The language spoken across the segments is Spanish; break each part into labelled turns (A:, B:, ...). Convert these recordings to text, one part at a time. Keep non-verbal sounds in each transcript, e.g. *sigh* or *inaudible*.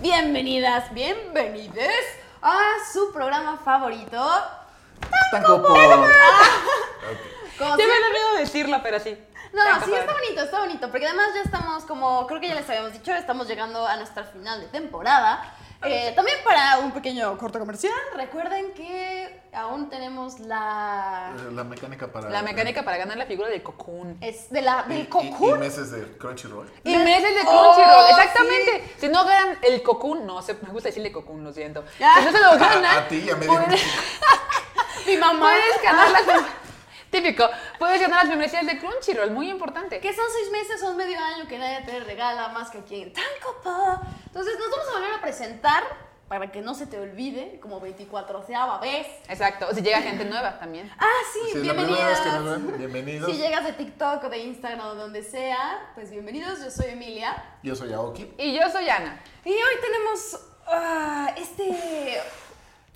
A: Bienvenidas, bienvenides a su programa favorito.
B: Tanco por.
A: Como
C: Ya me
A: siempre-
C: da miedo decirla, pero sí.
A: No,
C: Tanco
A: sí,
C: por.
A: está bonito, está bonito, porque además ya estamos como, creo que ya les habíamos dicho, estamos llegando a nuestra final de temporada. Eh, también para un pequeño corto comercial, recuerden que aún tenemos la...
B: Eh, La mecánica para.
C: Ah. La mecánica para ganar la figura de Cocoon.
A: Es de la,
B: Y- y-
A: del
B: Y,
A: cocoon.
B: meses de Crunchyroll.
C: Y meses de
A: Oh,
C: Crunchyroll,
A: sí.
C: exactamente. Si no ganan el Cocoon, no, se, me gusta decirle Cocoon, lo siento.
A: Ah.
C: Si no se lo
B: A,
C: ganan,
B: a ti ya me dio.
C: puedes,
A: Mi mamá.
C: *laughs* puedes ganar las mem- Típico, puedes ganar las membresías de Crunchyroll, muy importante.
A: Que son seis meses, son medio año que nadie te regala más que aquí en Tancopa. Entonces nos vamos a volver a presentar para que no se te olvide como 24 vez.
C: Exacto, o si llega gente nueva también.
A: Ah, sí,
B: Sí, la primera vez
A: bienvenidas.
B: que nos ven, bienvenidos.
A: Si llegas de TikTok o de Instagram o donde sea, pues bienvenidos, yo soy Emilia.
B: Yo soy Aoki.
C: Y yo soy Ana.
A: Y hoy tenemos ah, este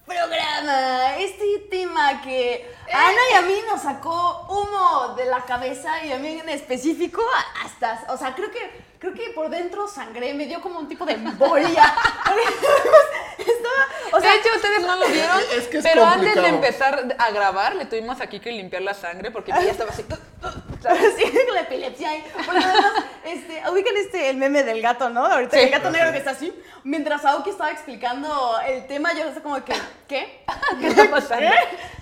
A: programa, este tema que a Ana y a mí nos sacó humo de la cabeza y a mí en específico hasta, o sea, creo que creo que por dentro sangré, me dio como un tipo de embolia. pues, Estaba, o sea,
C: de hecho, ustedes no lo vieron,
B: *laughs* Es que es
C: pero antes
B: complicado.
C: de empezar a grabar, le tuvimos aquí que limpiar la sangre porque ya estaba *laughs* así.
A: Sí, con la epilepsia ahí. Porque además, este, ubican este, el meme del gato, ¿no? Ahorita
C: Sí.
A: el gato negro que está así. Mientras Aoki estaba explicando el tema, yo estaba como que, ¿qué?
C: ¿Qué está pasando?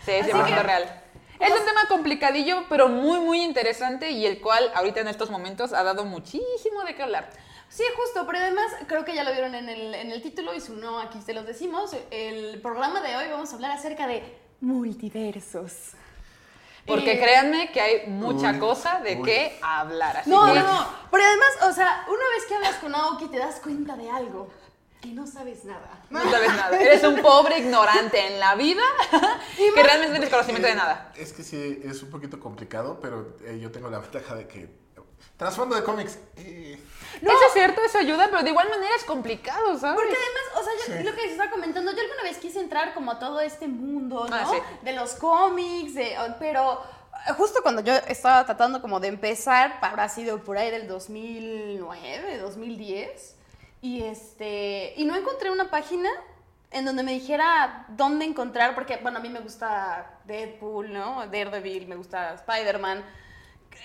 C: Sí, es
A: Así
C: demasiado
A: que-
C: ¿Eh? real. Es un tema complicadillo, pero muy, muy interesante y el cual ahorita en estos momentos ha dado muchísimo de qué hablar.
A: Sí, justo, pero además creo que ya lo vieron en el, en el título y si no, aquí se los decimos. El programa de hoy vamos a hablar acerca de multiversos.
C: Porque
A: Y-
C: créanme que hay mucha
B: Uy,
C: cosa de
B: uy.
C: qué hablar. Así
A: No,
C: que-
A: no, no. Pero además, o sea, una vez que hablas con Aoki te das cuenta de algo, que no sabes nada.
C: no sabes nada. Eres un pobre ignorante en la vida que realmente no tienes conocimiento de
B: Eh,
C: nada.
B: Es que sí, es un poquito complicado, pero eh, yo tengo la ventaja de que. Trasfondo de cómics. eh,
C: Eso es cierto, eso ayuda, pero de igual manera es complicado, ¿sabes?
A: Porque además, o sea, yo- lo que les estaba comentando, yo alguna vez quise entrar como a todo este mundo, ¿no?
C: Ah, sí.
A: De los cómics, de- o- pero eh, justo cuando yo estaba tratando como de empezar, habrá sido por ahí del 2009, 2010, y este, y no encontré una página en donde me dijera dónde encontrar, porque, bueno, a mí me gusta Deadpool, ¿no? Daredevil, me gusta Spider-Man.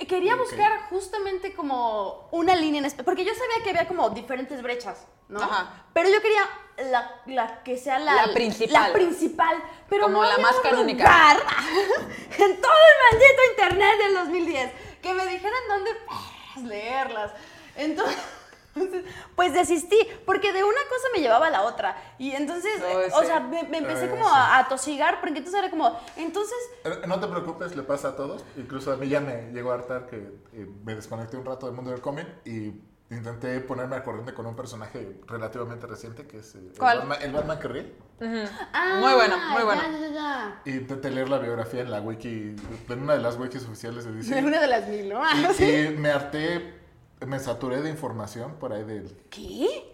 A: Quería
B: Ok.
A: buscar justamente como una línea en espe- porque yo sabía que había como diferentes brechas, ¿no?
C: Ajá.
A: Pero yo quería la, la que sea la,
C: La principal.
A: la principal, pero
C: Como
A: no
C: la
A: había
C: más
A: un
C: canónica.
A: lugar *laughs* en todo el maldito internet del 2010 que me dijeran dónde perras leerlas. Entonces, *laughs* pues desistí, porque de una cosa me llevaba a la otra. Y entonces,
C: No,
A: eh,
C: sí.
A: o sea, me, me empecé
B: Eh,
A: como
B: sí.
A: a, a tosigar, porque entonces era como, entonces
B: eh, No te preocupes, le pasa a todos. Incluso a mí ya me llegó a hartar que eh, me desconecté un rato del mundo del cómic y intenté ponerme al corriente con un personaje relativamente reciente que es eh, el,
C: ¿Cuál?
B: Batman, el Batman que ríe.
A: Ah,
C: Muy bueno, muy bueno.
A: Ya, ya, ya.
B: Y intenté leer la biografía en la wiki, en una de las wikis oficiales de DC.
A: *laughs* Una de las mil, ¿no?
B: Y, y
C: *laughs*
B: me harté, me saturé de información por ahí del...
A: *laughs* ¿Qué?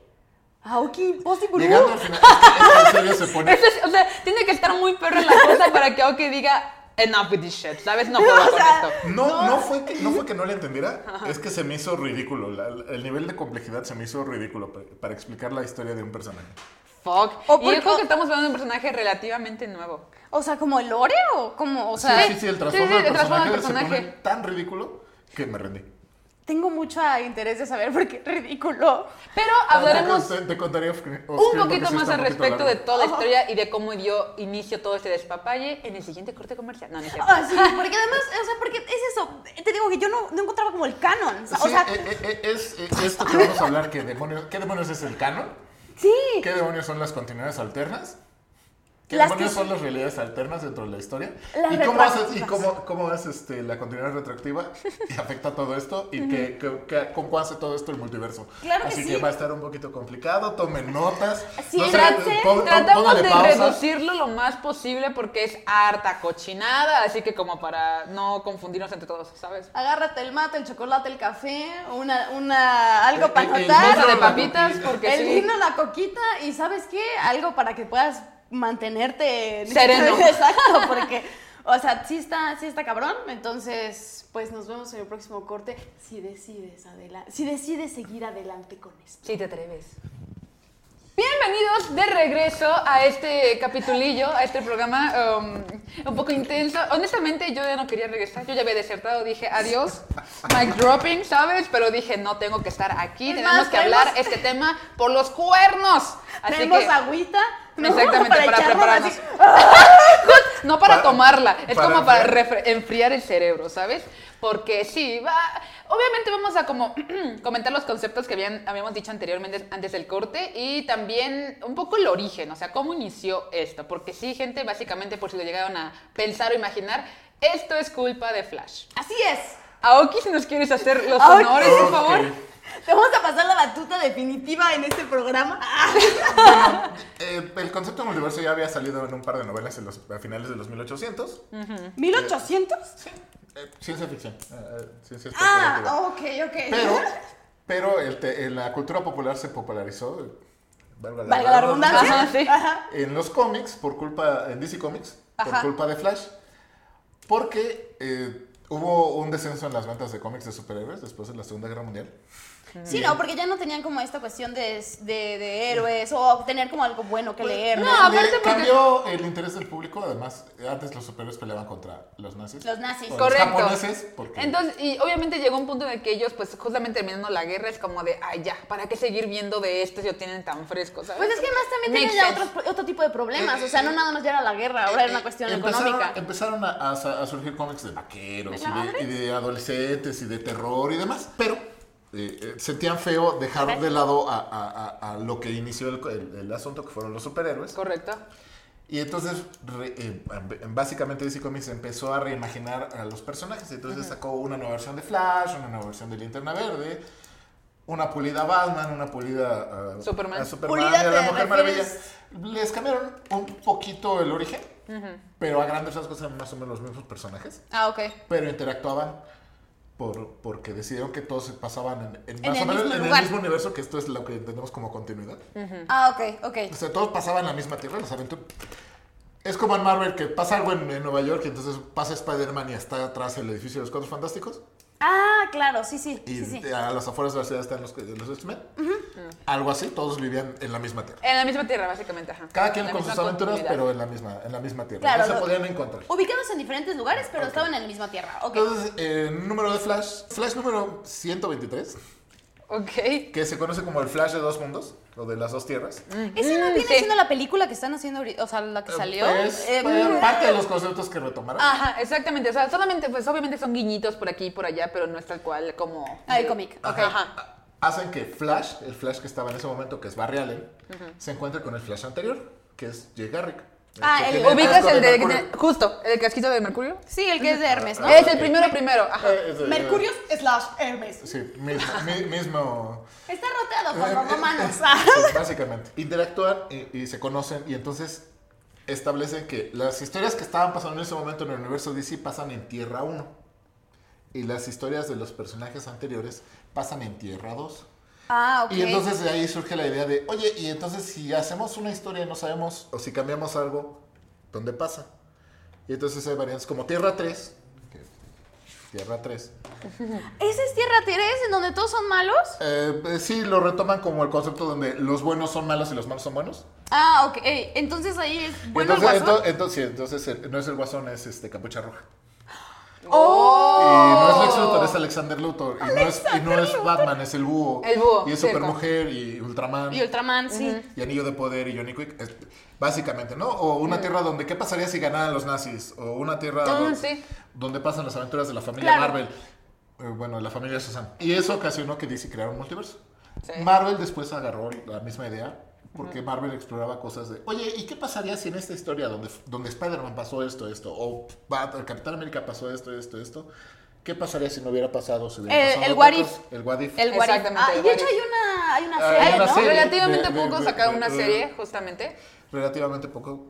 A: Ah, Aoki Impossible.
B: Llegando al final, es que- es que en serio se pone...
C: Eso es- o sea, tiene que estar muy perro en la cosa para que Aoki diga enough with this shit, ¿sabes? No puedo
A: O
C: con
A: sea,
C: esto.
B: No, no, fue que, no fue que no le entendiera, es que se me hizo ridículo, la- la- el nivel de complejidad se me hizo ridículo pa- para, explicar la historia de un personaje.
C: Fuck.
A: O
C: y
A: porque-
C: yo creo que estamos hablando de un personaje relativamente nuevo.
A: O sea, como el Lore o como, o sea,
B: sí, sí, sí, el trasfondo
C: sí,
B: del
C: el
B: personaje,
C: trasfondo del
B: se pone
C: personaje.
B: tan ridículo que me rendí.
A: tengo mucho interés de saber porque es ridículo.
C: Pero
B: Te-
C: hablaremos
B: Te, te contaré off screen- off
C: un
B: screen porque
C: poquito
B: sí
C: más
B: está
C: al
B: un poquito
C: respecto de
B: largo.
C: toda la historia y de cómo dio inicio todo este despapalle en el siguiente corte comercial. No, no es cierto.
A: Ah, sí, porque además, o sea, porque es eso. Te digo que yo no, no encontraba como el canon. O
B: Sí,
A: sea,
B: eh, eh, eh, es eh, esto que vamos a hablar, que demonios, ¿qué demonios es el canon?
A: sí.
B: ¿Qué demonios son las continuidades alternas? ¿Qué
A: Las
B: demonios
A: que-
B: son las realidades alternas dentro de la historia?
A: Las
B: ¿Y cómo haces, y
A: retroactivas.
B: cómo, cómo es este, la continuidad retroactiva y afecta todo esto? ¿Y qué, qué- qué- con cuál hace todo esto el multiverso?
A: Claro que
B: Así
A: sí.
B: que va a estar un poquito complicado, tomen notas.
A: Sí,
B: sé, eh,
A: trate-
B: pon- pon-
C: Tratamos
B: póngale
C: de
B: pausa.
C: reducirlo lo más posible porque es harta cochinada, así que como para no confundirnos entre todos, ¿sabes?
A: Agárrate el mate, el chocolate, el café, una, una, algo
B: El-
A: para
B: el- el
A: notar.
C: Bolsa de
B: Eh, no,
C: papitas
B: no, no,
C: porque
A: El
C: sí.
A: vino, la coquita y ¿sabes qué? Algo para que puedas mantenerte en-
C: Sereno.
A: *laughs* Exacto, porque, o sea, sí está, sí está cabrón. Entonces, pues nos vemos en el próximo corte. Si decides, adela- si decides seguir adelante con esto.
C: Si te atreves. Bienvenidos de regreso a este capitulillo, a este programa um, un poco intenso. Honestamente, yo ya no quería regresar, yo ya había desertado, dije adiós, mic dropping, ¿sabes? Pero dije, no tengo que estar aquí,
A: Es
C: tenemos
A: más,
C: que hablar
A: tenemos-
C: este tema por
A: *laughs*
C: los cuernos. Así
A: Tenemos
C: que,
A: agüita. ¿no? *laughs*
C: Exactamente, para
A: echarnos
C: prepararnos.
A: así.
C: no para,
B: Para-
C: tomarla, es
B: para
C: como para refre- enfriar el cerebro, ¿sabes? Porque sí, va, obviamente vamos a como *clears throat* comentar los conceptos que habían, habíamos dicho anteriormente antes del corte y también un poco el origen, o sea, cómo inició esto, porque sí, gente, básicamente por si lo llegaron a pensar o imaginar, esto es culpa de Flash.
A: Así es.
C: Aoki, si nos quieres hacer los
A: Aoki.
C: honores, por favor.
B: Ok.
A: Te vamos a pasar la batuta definitiva en este programa. Ah,
B: Eh, el concepto de multiverso ya había salido en un par de novelas en los, a finales de los 1800.
A: Mm. ¿1800?
B: Eh, ciencia ficción. eh, eh, ciencia especulativa.
A: Ah, ok, ok.
B: Pero, pero el te- en la cultura popular se popularizó. eh, Valga la,
A: Valga la redundancia.
C: Ajá, sí.
A: Ajá.
B: En los cómics, por culpa, en DC Comics,
A: Ajá.
B: por culpa de Flash. Porque eh, hubo un descenso en las ventas de cómics de superhéroes después de la Segunda Guerra Mundial.
A: Sí, no, porque ya no tenían como esta cuestión de, de, de héroes o obtener como algo bueno que leer.
C: No,
A: Pues, ¿no?
C: aparte porque-
B: Cambió el interés del público, además, antes los superhéroes peleaban contra los nazis.
A: Los nazis.
B: O
C: Correcto.
B: Los japoneses, porque...
C: Entonces, y obviamente llegó un punto en el que ellos, pues justamente terminando la guerra, es como de, ay, ya, ¿para qué seguir viendo de esto si lo tienen tan fresco, sabes?
A: Pues es que más también
C: Makes
A: tenían ya
C: sense.
A: otros- otro, tipo de problemas. O sea, no nada más ya era la guerra, ahora era una cuestión
B: Empezaron-
A: económica.
B: Empezaron a, a sa- a surgir cómics de vaqueros
A: ¿Me la
B: y de, y de adolescentes y de terror y demás, pero eh, eh, sentían feo dejar de lado a, a- a- a lo que inició el, el- el asunto, que fueron los superhéroes.
C: Correcto.
B: Y entonces, re- eh, básicamente DC Comics empezó a reimaginar a los personajes. Entonces sacó una nueva versión de Flash, una nueva versión de Linterna Verde, una pulida a Batman, una pulida a
C: Superman.
B: a Superman
A: Pulida
B: y a
A: te
B: la Mujer
A: refieres-
B: Maravilla. Les cambiaron un poquito el origen, pero a grandes rasgos eran más o menos los mismos personajes.
A: Ah, ok.
B: Pero interactuaban por, porque decidieron que todos se pasaban en, en
A: En
B: más
A: el
B: o menos
A: mismo
B: en
A: lugar.
B: el mismo universo, que esto es lo que entendemos como continuidad.
A: Ah, ok, ok.
B: O sea, todos pasaban en la misma tierra, las aventuras. Es como en Marvel, que pasa algo en, en Nueva York, y entonces pasa Spider-Man y está atrás el edificio de los Cuatro Fantásticos.
A: Ah, claro, sí, sí.
B: Y
A: sí, sí.
B: a las afueras de la ciudad están los, eh, los X-Men. Algo así, todos vivían en la misma tierra.
C: En la misma tierra, básicamente, ajá.
B: Cada quien
C: La
B: con
C: misma
B: sus aventuras,
C: continuidad.
B: pero en la misma, en la misma tierra.
A: Claro,
B: no
A: lo-
B: se podían encontrar.
A: Ubicados en diferentes lugares, pero
B: Ok.
A: estaban en la misma tierra. Ok.
B: Entonces, eh, número de Flash, Flash número 123,
C: Ok.
B: que se conoce como el Flash de dos mundos, o de las dos tierras.
A: ¿Esa no
C: Mm,
A: viene
C: sí.
A: siendo la película que están haciendo ahorita? O sea, la que salió.
B: Pues,
A: Eh,
B: fue parte de los conceptos que retomaron.
C: Ajá, exactamente. O sea, solamente, pues obviamente son guiñitos por aquí y por allá, pero no es tal cual como.
A: Ah, el cómic.
C: Ajá.
A: Ok.
C: Ajá.
B: hacen que Flash, el Flash que estaba en ese momento, que es Barry Allen, se encuentre con el Flash anterior, que es Jay Garrick.
A: Ah,
B: que
A: el-
B: tiene
C: ¿Ubicas
B: casco
C: el de.
B: Mercurio.
C: justo, el casquito de Mercurio?
A: Sí, el que es de Hermes, ¿no?
B: Ah,
C: es el
B: ok.
C: primero, primero. Ajá.
B: Eh, es de-
A: Mercurio slash Hermes.
B: Sí, mismo. mi- mismo
A: Está roteado por
B: Eh, *laughs*
A: los
B: eh,
A: romanos.
B: sí, básicamente. Interactúan y, y se conocen y entonces establecen que las historias que estaban pasando en ese momento en el universo DC pasan en Tierra 1 y las historias de los personajes anteriores pasan en Tierra 2.
A: Ah, ok.
B: Y entonces de ahí surge la idea de, oye, y entonces si hacemos una historia y no sabemos, o si cambiamos algo, ¿dónde pasa? Y entonces hay variantes como Tierra 3. que- Tierra 3.
A: ¿Esa es Tierra 3 en donde todos son malos?
B: Eh, eh, sí, lo retoman como el concepto donde los buenos son malos y los malos son buenos.
A: Ah, ok. Ey, Entonces ahí es bueno el
B: entonces,
A: guasón.
B: ento- entonces, entonces el- no es el guasón, es este capucha roja.
A: ¡Oh!
B: Y no es Lex Luthor, es Alexander Luthor. Y, no es, y no es Batman, es el búho.
C: El búho,
B: Y es
C: cierto.
B: Supermujer y Ultraman.
A: Y Ultraman, sí.
B: y Anillo de Poder y Johnny Quick, es- básicamente, ¿no? O
A: Mm.
B: una tierra donde, ¿qué pasaría si ganaran los nazis? O una tierra
C: Ah,
B: donde,
C: sí.
B: donde pasan las aventuras de la familia
A: Claro.
B: Marvel. Eh, bueno, la familia Susan. Y eso ocasionó que DC creara un multiverso.
C: Sí.
B: Marvel después agarró la misma idea,
A: Mm.
B: porque Marvel exploraba cosas de, oye, ¿y qué pasaría si en esta historia donde, donde Spider-Man pasó esto, esto? O Bat- Capitán América pasó esto, esto, esto. ¿Qué pasaría si no hubiera pasado? Si hubiera
A: El-
B: pasado
A: Eh, el
B: otra
A: what if.
B: cosa? El what if.
A: El What If.
C: Exactamente,
A: Ah,
C: el
A: y de
C: What
A: hecho
C: If.
A: hay una, hay una
B: Ah, hay
A: serie,
B: una
A: Eh, ¿no?
B: serie.
C: Relativamente
B: de- de-
C: poco
B: de-
C: sacaron
B: de-
C: una
B: de-
C: serie, justamente.
B: relativamente poco.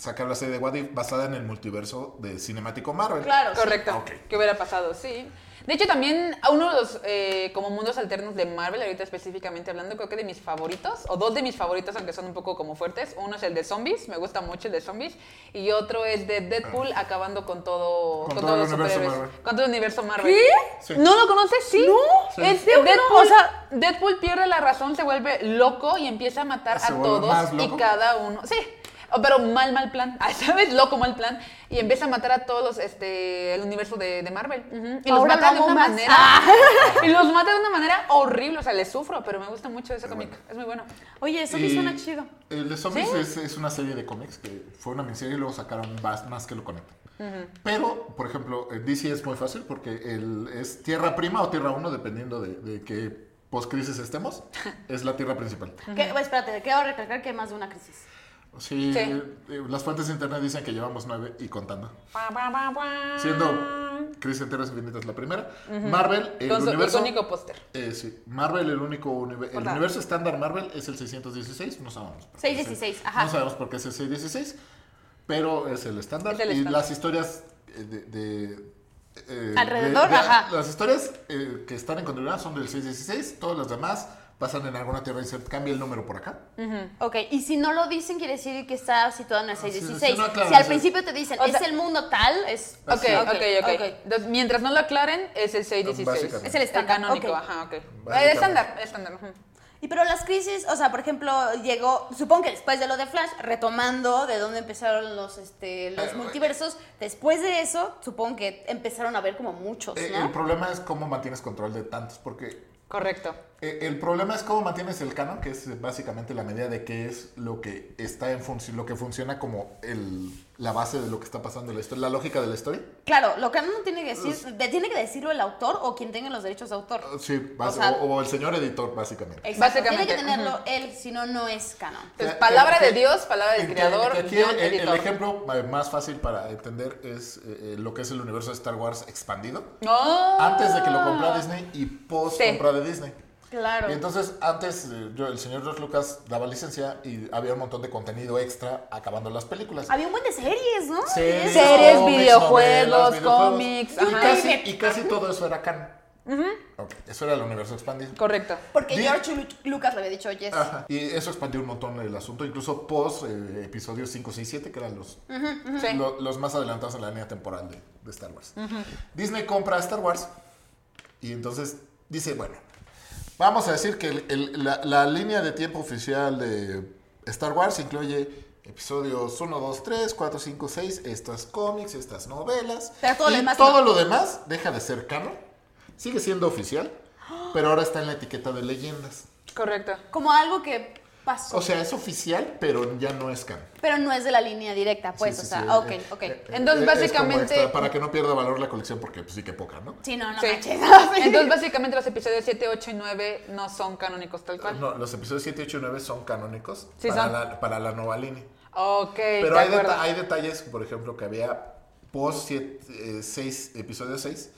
B: sacar la serie de What If basada en el multiverso de cinemático Marvel.
A: Claro, sí.
C: Correcto.
B: Ah, ok.
C: ¿Qué hubiera pasado? Sí. De hecho, también a uno de los eh, como mundos alternos de Marvel, ahorita específicamente hablando, creo que de mis favoritos, o dos de mis favoritos, aunque son un poco como fuertes. Uno es el de zombies, me gusta mucho el de zombies, y otro es de Deadpool acabando con todo,
B: Con todo el
C: todos los
B: universo
C: superhéroes,
B: Marvel.
C: con todo el universo Marvel.
A: ¿Qué?
B: Sí.
C: ¿No lo conoces? Sí. No.
B: Sí.
C: Es
A: Creo que no,
C: Deadpool,
A: o sea-
C: Deadpool pierde la razón, se vuelve loco y empieza a matar
B: Se
C: a
B: vuelve más
C: todos y
B: loco.
C: cada cada uno. Sí, oh, pero mal, mal plan. *laughs* Ah, ¿Sabes? Loco, mal plan. Y empieza a matar a todos los, este, el universo de, de Marvel. Ujú. Y los
A: Ahora
C: mata
A: lo
C: de
A: amo
C: una
A: más. Ah.
C: manera. *laughs* Y los mata de una manera horrible. O sea, les sufro, pero me gusta mucho ese cómic. Es muy bueno.
A: Oye, eso me
B: Y
A: suena chido.
B: El de Zombies
C: ¿Sí?
B: es, es una serie de cómics que fue una miniserie y luego sacaron más, más que lo conectan. Pero, por ejemplo, en DC es muy fácil porque el, es Tierra Prima o Tierra 1, dependiendo de, de qué post-crisis estemos, es la Tierra principal.
A: Que- bueno, espérate, quiero recalcar que hay más de una crisis.
B: Sí,
C: Sí.
B: eh, las fuentes de internet dicen que llevamos nueve y contando.
C: Pa, pa, pa, pa.
B: Siendo Crisis en Tierras Infinitas la primera, Marvel, el
C: Ah. Con su
B: universo...
C: icónico póster.
B: eh, sí, Marvel, el único unive- el
C: Portada.
B: universo estándar Marvel es el 616, no sabemos. por qué
A: 616,
B: es el-
A: ajá.
B: No sabemos por qué es el 616, pero es el estándar.
C: Es el
B: y
C: estándar.
B: las historias eh, de... de- eh,
A: Alrededor, ajá.
B: Las historias eh, que están en continuidad son del 616, todas las demás pasan en alguna tierra insert, cambia el número por acá.
A: Ok, y si no lo dicen, quiere decir que está situado en el
B: Ah, sí, sí,
A: 616.
B: sí, no, claro,
A: si al
B: sí.
A: principio te dicen,
C: O
A: es
C: sea-
A: el mundo tal, es.
C: Ok,
B: Así es.
C: ok, ok.
A: ok.
C: Entonces, mientras no lo aclaren, es el 616.
B: Básicamente.
A: Es el estándar,
C: canónico,
A: ok.
C: ajá, ok.
B: Básicamente.
C: El estándar, el estándar. ujú.
A: Y pero las crisis, o sea, por ejemplo, llegó, supongo que después de lo de Flash, retomando de dónde empezaron los, este, los
B: Eh,
A: multiversos, después de eso, supongo que empezaron a ver como muchos,
B: Eh,
A: ¿no?
B: El problema es cómo mantienes control de tantos, porque
C: Correcto.
B: Eh, El problema es cómo mantienes el canon, que es básicamente la medida de qué es lo que está en función, lo que funciona como el, la base de lo que está pasando en la historia, la lógica de la historia.
A: Claro, lo que no tiene que decir, de- tiene que decirlo el autor o quien tenga los derechos de autor.
B: Uh, Sí, bas-
A: O sea-
B: o, o el señor editor,
C: eh,
B: básicamente. Eh,
A: Exacto,
C: Básicamente,
A: Tiene que tenerlo él, si no, no es canon.
C: Entonces,
B: Que-
C: pues, palabra
B: que-
C: de Dios, palabra del
B: que-
C: creador,
B: que aquí
C: guión,
B: el, el
C: editor.
B: ejemplo eh, más fácil para entender es eh, eh, lo que es el universo de Star Wars expandido.
C: ¡Oh!
B: Antes de que lo comprara Disney y post
C: Sí.
B: compra de Disney.
A: Claro.
B: Y entonces, antes, eh, yo- el señor George Lucas daba licencia y había un montón de contenido extra acabando las películas.
A: Había un buen de series, ¿no?
B: Series,
C: Series,
B: cómics,
C: videojuegos,
B: novelas,
C: cómics,
B: videojuegos.
C: ajá.
B: Y, casi, y casi todo eso era canon. Ok, eso era el universo expandido.
C: Correcto.
A: Porque
B: Di-
A: George Lu- Lucas le había dicho, yes.
B: Ajá, Y eso expandió un montón el asunto, incluso post eh, episodios 5, 6, 7, que eran los,
C: Sí.
B: lo- los más adelantados en la línea temporal de, de Star Wars. Disney compra Star Wars y entonces dice, bueno, vamos a decir que el- el- la, la línea de tiempo oficial de Star Wars incluye episodios 1, 2, 3, 4, 5, 6, estas cómics, estas novelas.
A: Pero todo lo
B: y
A: demás no.
B: todo lo demás deja de ser canon, sigue siendo oficial, pero ahora está en la etiqueta de leyendas.
C: Correcto.
A: Como algo que pasó.
B: O sea, es oficial, pero ya no es canon.
A: pero no es de la línea directa, pues,
B: Sí,
A: o
B: sí,
A: sea,
B: sí,
A: ok,
B: eh,
A: ok.
B: eh,
C: Entonces,
B: eh, es como
C: básicamente-
B: extra, para que no pierda valor la colección, porque pues, sí que poca, ¿no?
A: sí, no, no
C: Sí.
A: manches. *laughs*
C: Entonces, básicamente, los episodios 7, 8 y 9 no son canónicos tal cual.
B: No, los episodios 7, 8 y 9 son canónicos
C: Sí,
B: para,
C: son.
B: La, para la nueva línea.
C: Ok,
B: Pero
C: de
B: hay,
C: acuerdo.
B: deta- hay detalles, por ejemplo, que había post 6, episodio 6,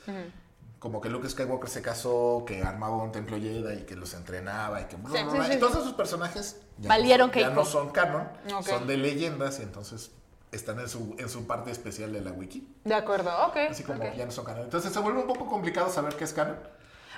B: como que Luke Skywalker se casó, que armaba un templo Jedi y que los entrenaba y que... bla,
A: Sí,
B: bla,
A: sí,
B: bla.
A: sí,
B: y todos esos personajes ya,
A: Valieron
B: no, son- ya
A: Keiko.
B: no son canon,
C: Ok.
B: son de leyendas y entonces están en su, en su parte especial de la wiki.
C: De acuerdo, ok.
B: Así como
C: ok.
B: ya no son canon. Entonces se vuelve un poco complicado saber qué es canon.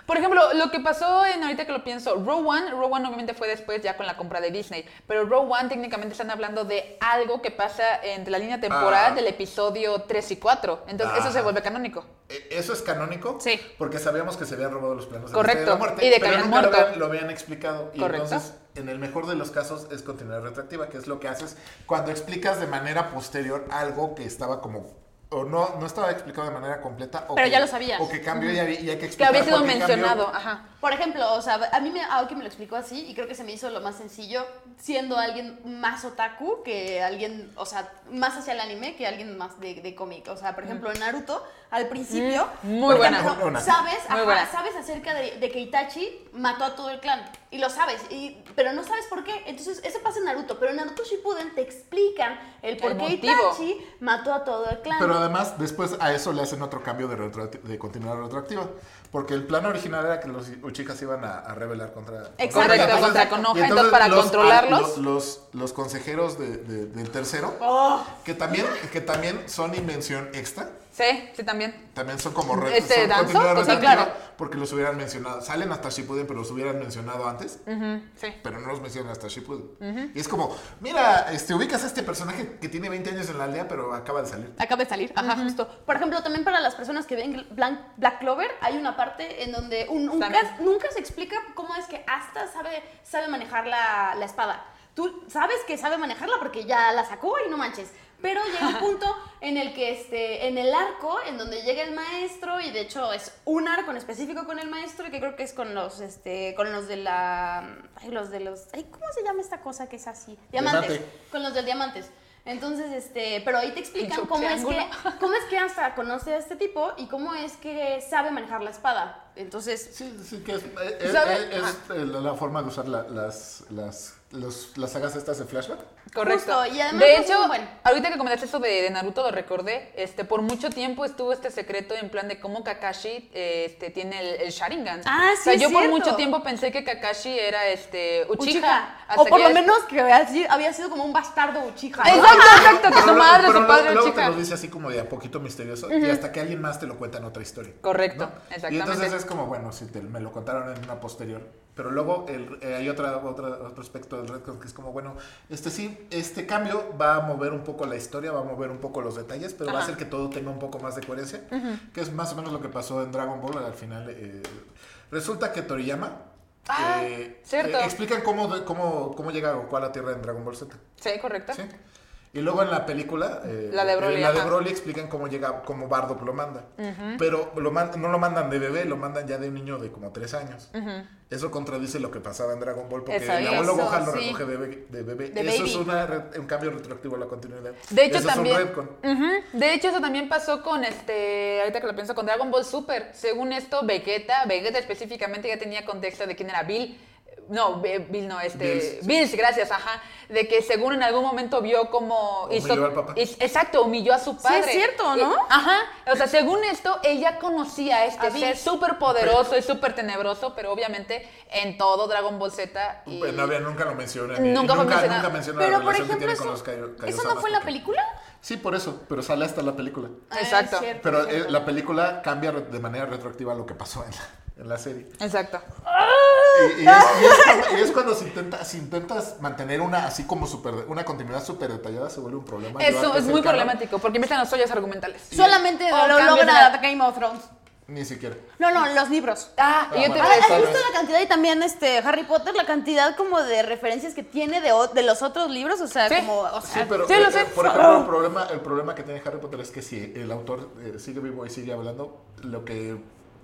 C: Por ejemplo, lo que pasó en ahorita que lo pienso, Row One, Row One obviamente fue después ya con la compra de Disney, pero Row One técnicamente están hablando de algo que pasa entre la línea temporal
B: Ah.
C: del episodio 3 y 4. Entonces, eso se
B: Ah.
C: vuelve canónico.
B: E- Eso es canónico.
C: Sí.
B: Porque sabíamos que se habían robado los planos de
C: Correcto,
B: la Estrella de la muerte.
C: y de que
B: pero
C: habían
B: nunca
C: muerto.
B: Lo habían, lo habían explicado. Y
C: Correcto.
B: entonces, en el mejor de los casos, es continuidad retractiva, que es lo que haces cuando explicas de manera posterior algo que estaba como. O no, no estaba explicado de manera completa. O
A: Pero
B: que-
A: ya lo sabías.
B: O que cambió y, había- y hay que
C: Que
B: explicar.
C: había sido
B: por qué cambió.
C: mencionado, ajá.
A: Por ejemplo, o sea, a mí me, Aoki me lo explicó así y creo que se me hizo lo más sencillo siendo alguien más otaku que alguien, o sea, más hacia el anime que alguien más de, de cómic. O sea, por ejemplo, en Naruto, al principio,
C: Mm. muy
A: por
C: buena.
A: ejemplo,
B: Muy buena.
A: sabes,
C: Muy
A: ajá,
C: buena.
A: sabes acerca de, de que Itachi mató a todo el clan y lo sabes, y, pero no sabes por qué. Entonces, eso pasa en Naruto, pero en Naruto Shippuden te explican el por
C: El
A: qué
C: motivo.
A: Itachi mató a todo el clan.
B: Pero además, después a eso le hacen otro cambio de, retroacti- de continuidad retroactiva. Porque el plan original era que los Uchicas iban a, a rebelar contra... contra
A: Exacto,
B: Konoha.
C: contra Konoha,
B: y
C: entonces, para
B: los-
C: controlarlos-
B: Los, los, los consejeros de- de- del tercero,
A: Oh,
B: que también, que también son invención extra,
C: Sí, sí, también.
B: también son como retos.
C: Este,
B: son
C: ¿danzó?
B: continuidad
C: Pues sí,
B: narrativa,
C: claro.
B: Porque los hubieran mencionado. Salen hasta Shippuden, pero los hubieran mencionado antes.
C: Ujú, sí.
B: Pero no los mencionan hasta Shippuden. Y es como, mira, este, ubicas a este personaje que tiene 20 años en la aldea, pero acaba de salir.
A: acaba de salir. Ajá, justo. Por ejemplo, también para las personas que ven Blanc- Black Clover, hay una parte en donde un- nunca,
C: También.
A: nunca se explica cómo es que Asta sabe, sabe manejar la, la espada. Tú sabes que sabe manejarla porque ya la sacó y no manches. Pero llega un punto en el que, este, en el arco, en donde llega el maestro, y de hecho es un arco en específico con el maestro, y que creo que es con los, este, con los de la, ay, los de los, ay, ¿cómo se llama esta cosa que es así? Diamantes.
B: Diamante.
A: Con los de diamantes. Entonces, este, pero ahí te explican
C: Pincho
A: cómo es, que,
C: triángulo. *laughs*
A: cómo es que hasta conoce a este tipo y cómo es que sabe manejar la espada. Entonces,
B: Sí, sí, que es, eh, eh,
C: ¿Sabe?
B: eh, es, eh, la, la forma de usar la- las, las, los- las sagas estas de flashback.
C: Correcto.
A: Justo, y además
C: de
A: no es
C: hecho,
A: muy bueno.
C: ahorita que comentaste eso de, de Naruto, lo recordé. Este, por mucho tiempo estuvo este secreto en plan de cómo Kakashi eh, este, tiene el, el Sharingan.
A: Ah, sí,
C: O sea,
A: es
C: yo por
A: cierto.
C: mucho tiempo pensé que Kakashi era este Uchiha.
A: Uchiha.
C: hasta
A: O por
C: que
A: lo
C: ya-
A: menos que había sido, había sido como un bastardo Uchiha. ¿no?
C: Exacto, exacto, que su
B: Pero luego-
C: madre,
B: pero
C: su
B: luego-
C: padre,
B: luego
C: Uchiha.
B: te lo dice así como de a poquito misterioso y hasta que alguien más te lo cuenta en otra historia.
C: Correcto,
B: ¿no?
C: exactamente.
B: Y entonces es como, bueno, si te- me lo contaron en una posterior. Pero luego el- eh, hay otra, otra, otro aspecto del Red Cross que es como, bueno, este sí, este cambio va a mover un poco la historia, va a mover un poco los detalles, pero va a
C: Ajá.
B: hacer que todo tenga un poco más de coherencia, que es más o menos lo que pasó en Dragon Ball al final. eh, resulta que Toriyama... eh,
C: Ah, cierto.
B: explican cómo, de- cómo, cómo llega Goku a la Tierra en Dragon Ball Z.
C: Sí, correcto.
B: Sí. Y luego en la película, eh,
C: La de
B: eh,
C: Broly,
B: la de
C: ajá.
B: Broly explican cómo llega, cómo Bardock lo manda. Pero lo man- no lo mandan de bebé, lo mandan ya de un niño de como tres años. Eso contradice lo que pasaba en Dragon Ball, porque
C: Eso,
B: el abuelo
C: eso,
B: Gohan lo
C: sí.
B: recoge de, bebé- de bebé.
A: De
B: eso
A: baby.
B: es una re- un cambio retroactivo a la continuidad.
C: De hecho,
B: Eso
C: también.
B: Es un retcon.
C: Ujú. De hecho, eso también pasó con este. Ahorita que lo pienso, con Dragon Ball Super. Según esto, Vegeta, Vegeta específicamente ya tenía contexto de quién era Bill. No, Be- Bill no, este.
B: Bills.
C: Bills, gracias, ajá. De que según en algún momento vio cómo.
B: Humilló al papá.
C: es- exacto, humilló a su
A: es
C: padre.
A: cierto, ¿no?
C: Y- ajá. O sea, según esto, ella conocía a este
A: A Bill.
C: ser súper poderoso y súper tenebroso, pero obviamente en todo Dragon Ball Z. Y...
B: Pues no había- nunca lo mencionan. y
C: Nunca fue mencionado.
B: nunca mencionan la
A: Pero por
B: relación que
A: ejemplo,
B: tiene con
A: eso,
B: los Kaio-
A: ¿eso
B: Kaiosamas,
A: no fue en la
B: porque-
A: película?
B: Sí, por eso, pero sale hasta la película.
A: Ah, es
C: Exacto.
A: cierto,
B: Pero
A: es
B: eh,
A: cierto.
B: la película cambia re- de manera retroactiva a lo que pasó en la- en la serie.
C: Exacto.
B: Y, y es, y es cuando- y es cuando si, intenta- si intentas mantener una así como super, una continuidad súper detallada se vuelve un problema.
C: Eso
B: Llevarte
C: es
B: ese
C: muy
B: canon,
C: problemático, porque empiezan las ollas argumentales.
A: Solamente
C: O
A: lo
C: cambios
A: logra
C: de la-
A: Game of Thrones.
B: Ni siquiera.
A: No, no, los libros.
C: Ah, y yo te
B: bueno,
C: iba a
B: ahí está.
C: decir.
A: ¿Has visto la cantidad y también este Harry Potter, la cantidad como de referencias que tiene de, o- de los otros libros? O sea,
C: Sí.
A: como. O sea,
B: Sí, pero
C: Ah, Sí, lo
B: eh,
C: sé. Oh.
B: por ejemplo, el problema, el problema que tiene Harry Potter es que si el autor eh, sigue vivo y sigue hablando, lo que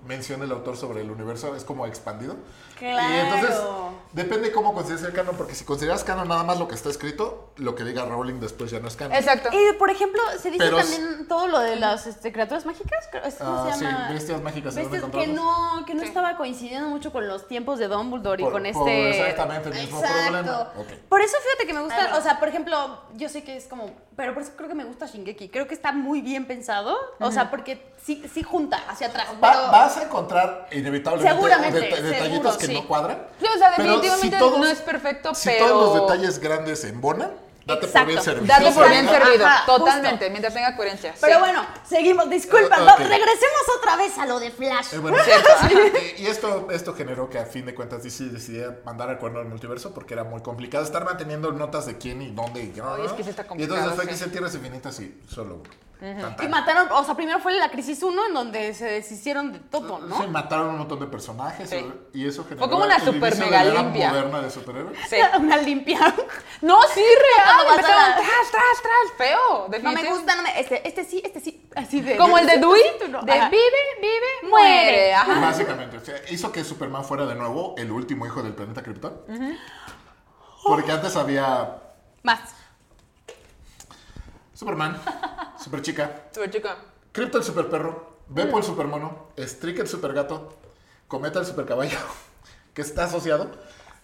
B: menciona el autor sobre el universo es como expandido. Y entonces
A: Claro.
B: depende cómo consideres el canon, porque si consideras canon nada más lo que está escrito, lo que diga Rowling después ya no es
A: Ah,
B: canon.
C: Exacto.
A: Y por ejemplo, se dice
B: Pero-
A: también todo lo de las este, criaturas mágicas. creo- ¿es- ¿Cómo
B: Ah,
A: se
B: sí,
A: llama?
B: bestias mágicas. se van a
A: Bestias
B: encontrar
A: que
B: los-
A: no, que no
C: Sí.
A: estaba coincidiendo mucho con los tiempos de Dumbledore y
B: Por-
A: con
B: por
A: este.
B: exactamente el mismo problema. Ok.
A: Por eso fíjate que me gusta. O sea, por ejemplo, yo sé que es como. Pero por eso creo que me gusta Shingeki. Creo que está muy bien pensado. O sea, porque sí, sí junta hacia atrás.
B: Va-
A: pero-
B: vas a encontrar inevitablemente
A: Seguramente,
B: deta- detallitos
A: seguro,
B: que
A: sí.
B: no cuadran.
C: Sí, o sea,
B: pero
C: definitivamente no es perfecto,
B: si
C: pero-
B: todos los detalles grandes se embonan, date por bien
A: Exacto.
B: servido.
C: Date por bien
A: Exacto,
C: servido.
A: ajá,
C: Totalmente,
A: justo.
C: mientras tenga coherencia.
A: Pero
C: sí.
A: bueno, seguimos. Disculpa,
B: Ah,
A: va-
B: ok.
A: regresemos otra vez a lo de Flash.
B: Eh,
C: *laughs*
B: bueno,
C: Cierto, ajá.
B: y, y esto, esto generó que a fin de cuentas DC decidiera mandar a cuerno al multiverso porque era muy complicado estar manteniendo notas de quién y dónde y
C: Ay, es que sí está
B: Y entonces
C: complicado,
B: fue
C: sí.
B: que hice tierras infinitas y solo uno. Tan,
A: Y
B: tan.
A: mataron, o sea, primero fue la crisis 1 en donde se deshicieron de todo, ¿no?
B: Sí, mataron un montón de personajes
C: Sí.
B: y eso generó
C: como una
B: el inicio
C: super
B: de
C: mega
B: la era
C: limpia.
B: moderna de superhéroes.
C: Sí.
A: *laughs* Una
C: *laughs*
A: limpia.
C: No,
A: *laughs*
C: sí, real.
A: Cuando
C: Empezaron
A: vas a la-
C: tras, tras, tras. Feo.
A: No me
C: definitivamente.
A: gusta, no me. Este, este sí, este sí. Así de.
C: Como el de Dewey.
A: Tú no.
C: De
A: Ajá.
C: vive, vive,
A: Muere.
C: muere. Ajá.
B: Básicamente, o sea, hizo que Superman fuera de nuevo el último hijo del planeta Krypton. Porque antes había
A: Más.
B: Superman, Superchica,
C: Super chico.
B: Krypton Superperro, Beppo el Supermono, Streak el Supergato, Cometa el Supercaballo, *laughs* que está asociado.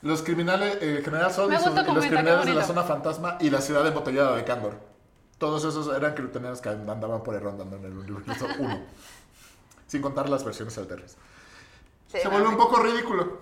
B: Los criminales, eh, General Zod y
C: Me
B: su-
C: gusta
B: y los
C: Cometa, qué
B: criminales de la
C: bonito.
B: zona fantasma y la ciudad embotellada de Kandor. Todos esos eran *laughs* kryptonianos que andaban por el rondando en el universo 1. sin contar las versiones alternas.
C: Sí,
B: se
C: no,
B: vuelve
C: sí.
B: un poco ridículo.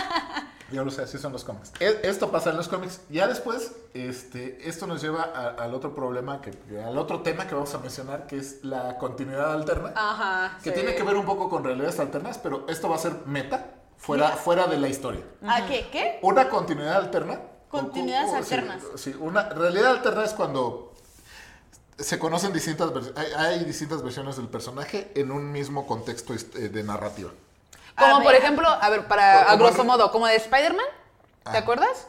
B: *laughs* ya lo sé, así son los cómics. E- Esto pasa en los cómics. Ya después, este, esto nos lleva a- al otro problema, que, al otro tema que vamos a mencionar, que es la continuidad alterna.
C: Ajá.
B: que
C: Ah, sí.
B: tiene que ver un poco con realidades alternas, pero esto va a ser meta, fuera, fuera de la historia.
A: ¿A Ah, qué? ¿Qué?
B: Una continuidad alterna.
A: Continuidades
B: o- o- o- sí,
A: alternas.
B: Sí, una realidad alterna es cuando se conocen distintas vers- hay, hay distintas versiones del personaje en un mismo contexto hist- eh, de narrativa.
A: A
C: Como
A: ver.
C: por ejemplo, a ver, para
B: Como-
C: a
B: como-
C: grosso modo, como de Spider-Man, ¿te
B: Ah.
C: acuerdas?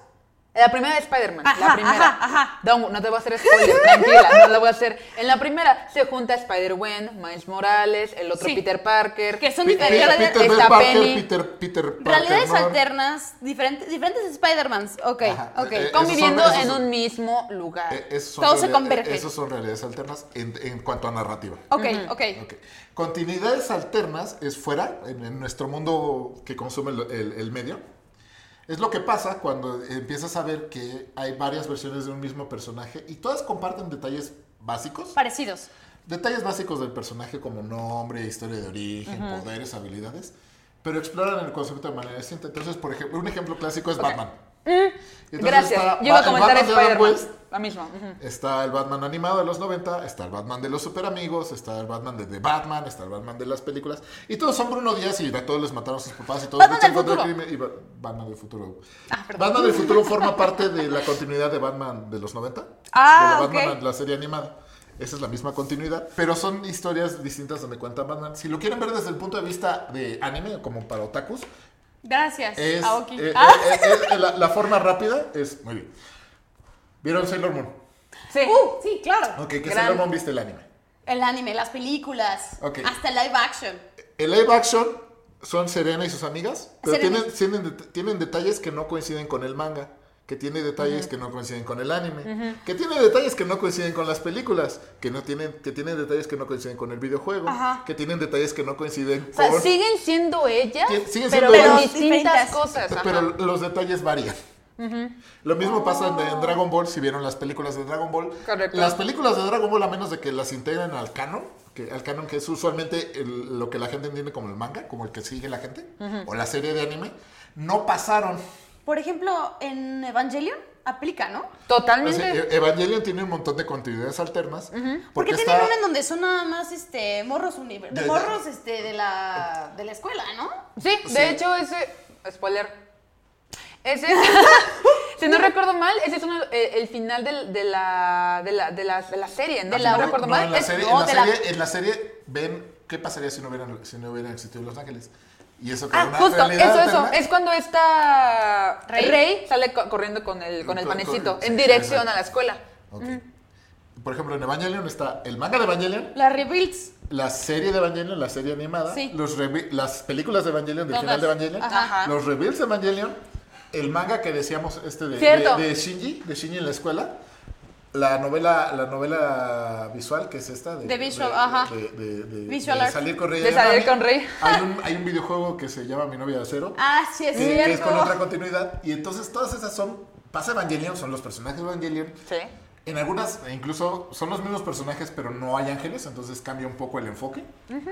C: La primera de Spider-Man,
A: Ajá,
C: la primera.
A: ajá, ajá.
C: No, no te voy a hacer spoiler, *laughs* tranquila, no la voy a hacer. En la primera se junta Spider-Gwen, Miles Morales, el otro
A: Sí.
C: Peter Parker.
A: Que son
B: Pe-
A: diferentes.
B: Pe-
A: realidades-
B: Peter
C: Está
B: B. Parker,
C: Penny.
B: Peter, Peter Parker,
A: Realidades
B: ¿no?
A: alternas, diferentes, diferentes Spider-Mans. Ok,
B: Ajá.
A: ok.
B: Eh,
A: Com-
C: Conviviendo
B: esos son-
C: en
B: esos-
C: un mismo lugar.
B: Eh, esos son
A: Todo se
B: realidades-
A: converge.
B: Esos son realidades alternas en, en cuanto a narrativa.
A: ok, ok.
B: Ok. Continuidades alternas es fuera, en, en nuestro mundo que consume el, el- el medio. Es lo que pasa cuando empiezas a ver que hay varias versiones de un mismo personaje y todas comparten detalles básicos.
A: Parecidos.
B: Detalles básicos del personaje como nombre, historia de origen, poderes, habilidades. Pero exploran el concepto de manera distinta. Entonces, por ejemplo, un ejemplo clásico es Batman. Entonces
C: Mm, Gracias.
B: está
C: Yo iba a
B: Ba- el
C: comentar
B: Batman de Adam
C: Spider-Man.
B: West,
C: La misma. ujú.
B: Está el Batman animado de los 90, está el Batman de los superamigos, está el Batman de The Batman, está el Batman de las películas. Y todos son Bruno Díaz y a todos les mataron a sus papás y todos
A: Batman
B: luchan
A: del
B: contra el
A: futuro. Ah,
B: crimen. Y Ba- Batman del futuro. Batman del futuro forma parte de la continuidad de Batman de los 90.
A: Ah,
B: de la Batman,
A: ok.
B: la serie animada. Esa es la misma continuidad, pero son historias distintas donde cuenta Batman. Si lo quieren ver desde el punto de vista de anime, como para otakus,
A: Gracias,
B: es,
A: Aoki.
B: eh,
A: Ah,
B: eh, eh, eh, la, la forma rápida es muy bien. ¿Vieron Sailor Moon?
C: Sí.
A: uh, sí, claro.
B: Ok, que
C: Gran-
B: Sailor Moon viste el anime.
A: El anime, las películas,
B: Ok.
A: hasta el live action.
B: El live action son Serena y sus amigas, pero
A: Serena.
B: tienen, tienen, det- tienen detalles que no coinciden con el manga, que tiene detalles que no coinciden con el anime, que tiene detalles que no coinciden con las películas, que no tienen, que tienen detalles que no coinciden con el videojuego,
A: Ajá.
B: que tienen detalles que no coinciden
C: O sea,
B: con...
C: siguen siendo ellas,
B: Sí, siguen
C: pero
B: siendo
C: con
A: ellas.
C: distintas
A: Diferentes.
C: cosas. ajá. Oh.
B: pero los detalles varían. Lo mismo pasa en, en Dragon Ball, si vieron las películas de Dragon Ball.
C: Correcto.
B: Las películas de Dragon Ball, a menos de que las integren al canon, que, al canon que es usualmente el- lo que la gente entiende como el manga, como el que sigue la gente, o la serie de anime, no pasaron.
A: Por ejemplo, en Evangelion aplica, ¿no?
C: Ah,
B: O sea,
C: Totalmente.
B: E- Evangelion tiene un montón de continuidades alternas.
A: Porque,
B: está-
A: tienen una en donde son nada más este morros univer-
B: De- de-
A: morros este de la de la escuela, ¿no?
C: Sí, de
B: Sí.
C: hecho, ese. Spoiler.
B: *laughs*
C: Ese. si no recuerdo mal, ese es uno- eh, el final del- de, la, de, la, de, la, de la serie, ¿no?
B: Ah,
C: Si
A: la-
C: no recuerdo
B: no,
C: mal.
B: en la
C: es-
B: serie,
A: no,
B: en la
A: de la-
B: serie- en la serie ven qué pasaría si no hubieran, si no hubieran existido Los Ángeles. Y eso crea
C: Ah,
B: una
C: justo,
B: realidad
C: eso, eso.
B: alterna.
C: Es cuando esta
A: Rey.
C: Rey, sale co- corriendo con el, con el
B: Con- con-
C: panecito
B: sí,
C: en dirección
B: exacto.
C: a la escuela.
B: Ok.
A: Mm.
B: Por ejemplo, en Evangelion está el manga de Evangelion,
A: Las rebuilds.
B: la serie de Evangelion, la serie animada,
A: Sí.
B: los revi- las películas de Evangelion, del
A: Todas.
B: final de Evangelion,
A: Ajá.
B: los reveals de Evangelion, el manga que decíamos este de,
C: Cierto.
B: de- de Shinji, de Shinji en la escuela, la novela, la novela visual que es esta de,
A: De visual, ajá.
B: de- de- de-
A: Visual
B: de
A: art.
B: salir con Rey
C: De
B: y
C: salir
B: Yagami.
C: con Rey.
B: *laughs* Hay un, hay un videojuego que se llama Mi novia de acero
A: Ah, sí es
B: que, que es con
A: cierto.
B: otra continuidad y entonces todas esas son pasa Evangelion, son los personajes de Evangelion,
C: Sí.
B: en algunas, incluso son los mismos personajes, pero no hay ángeles, entonces cambia un poco el enfoque.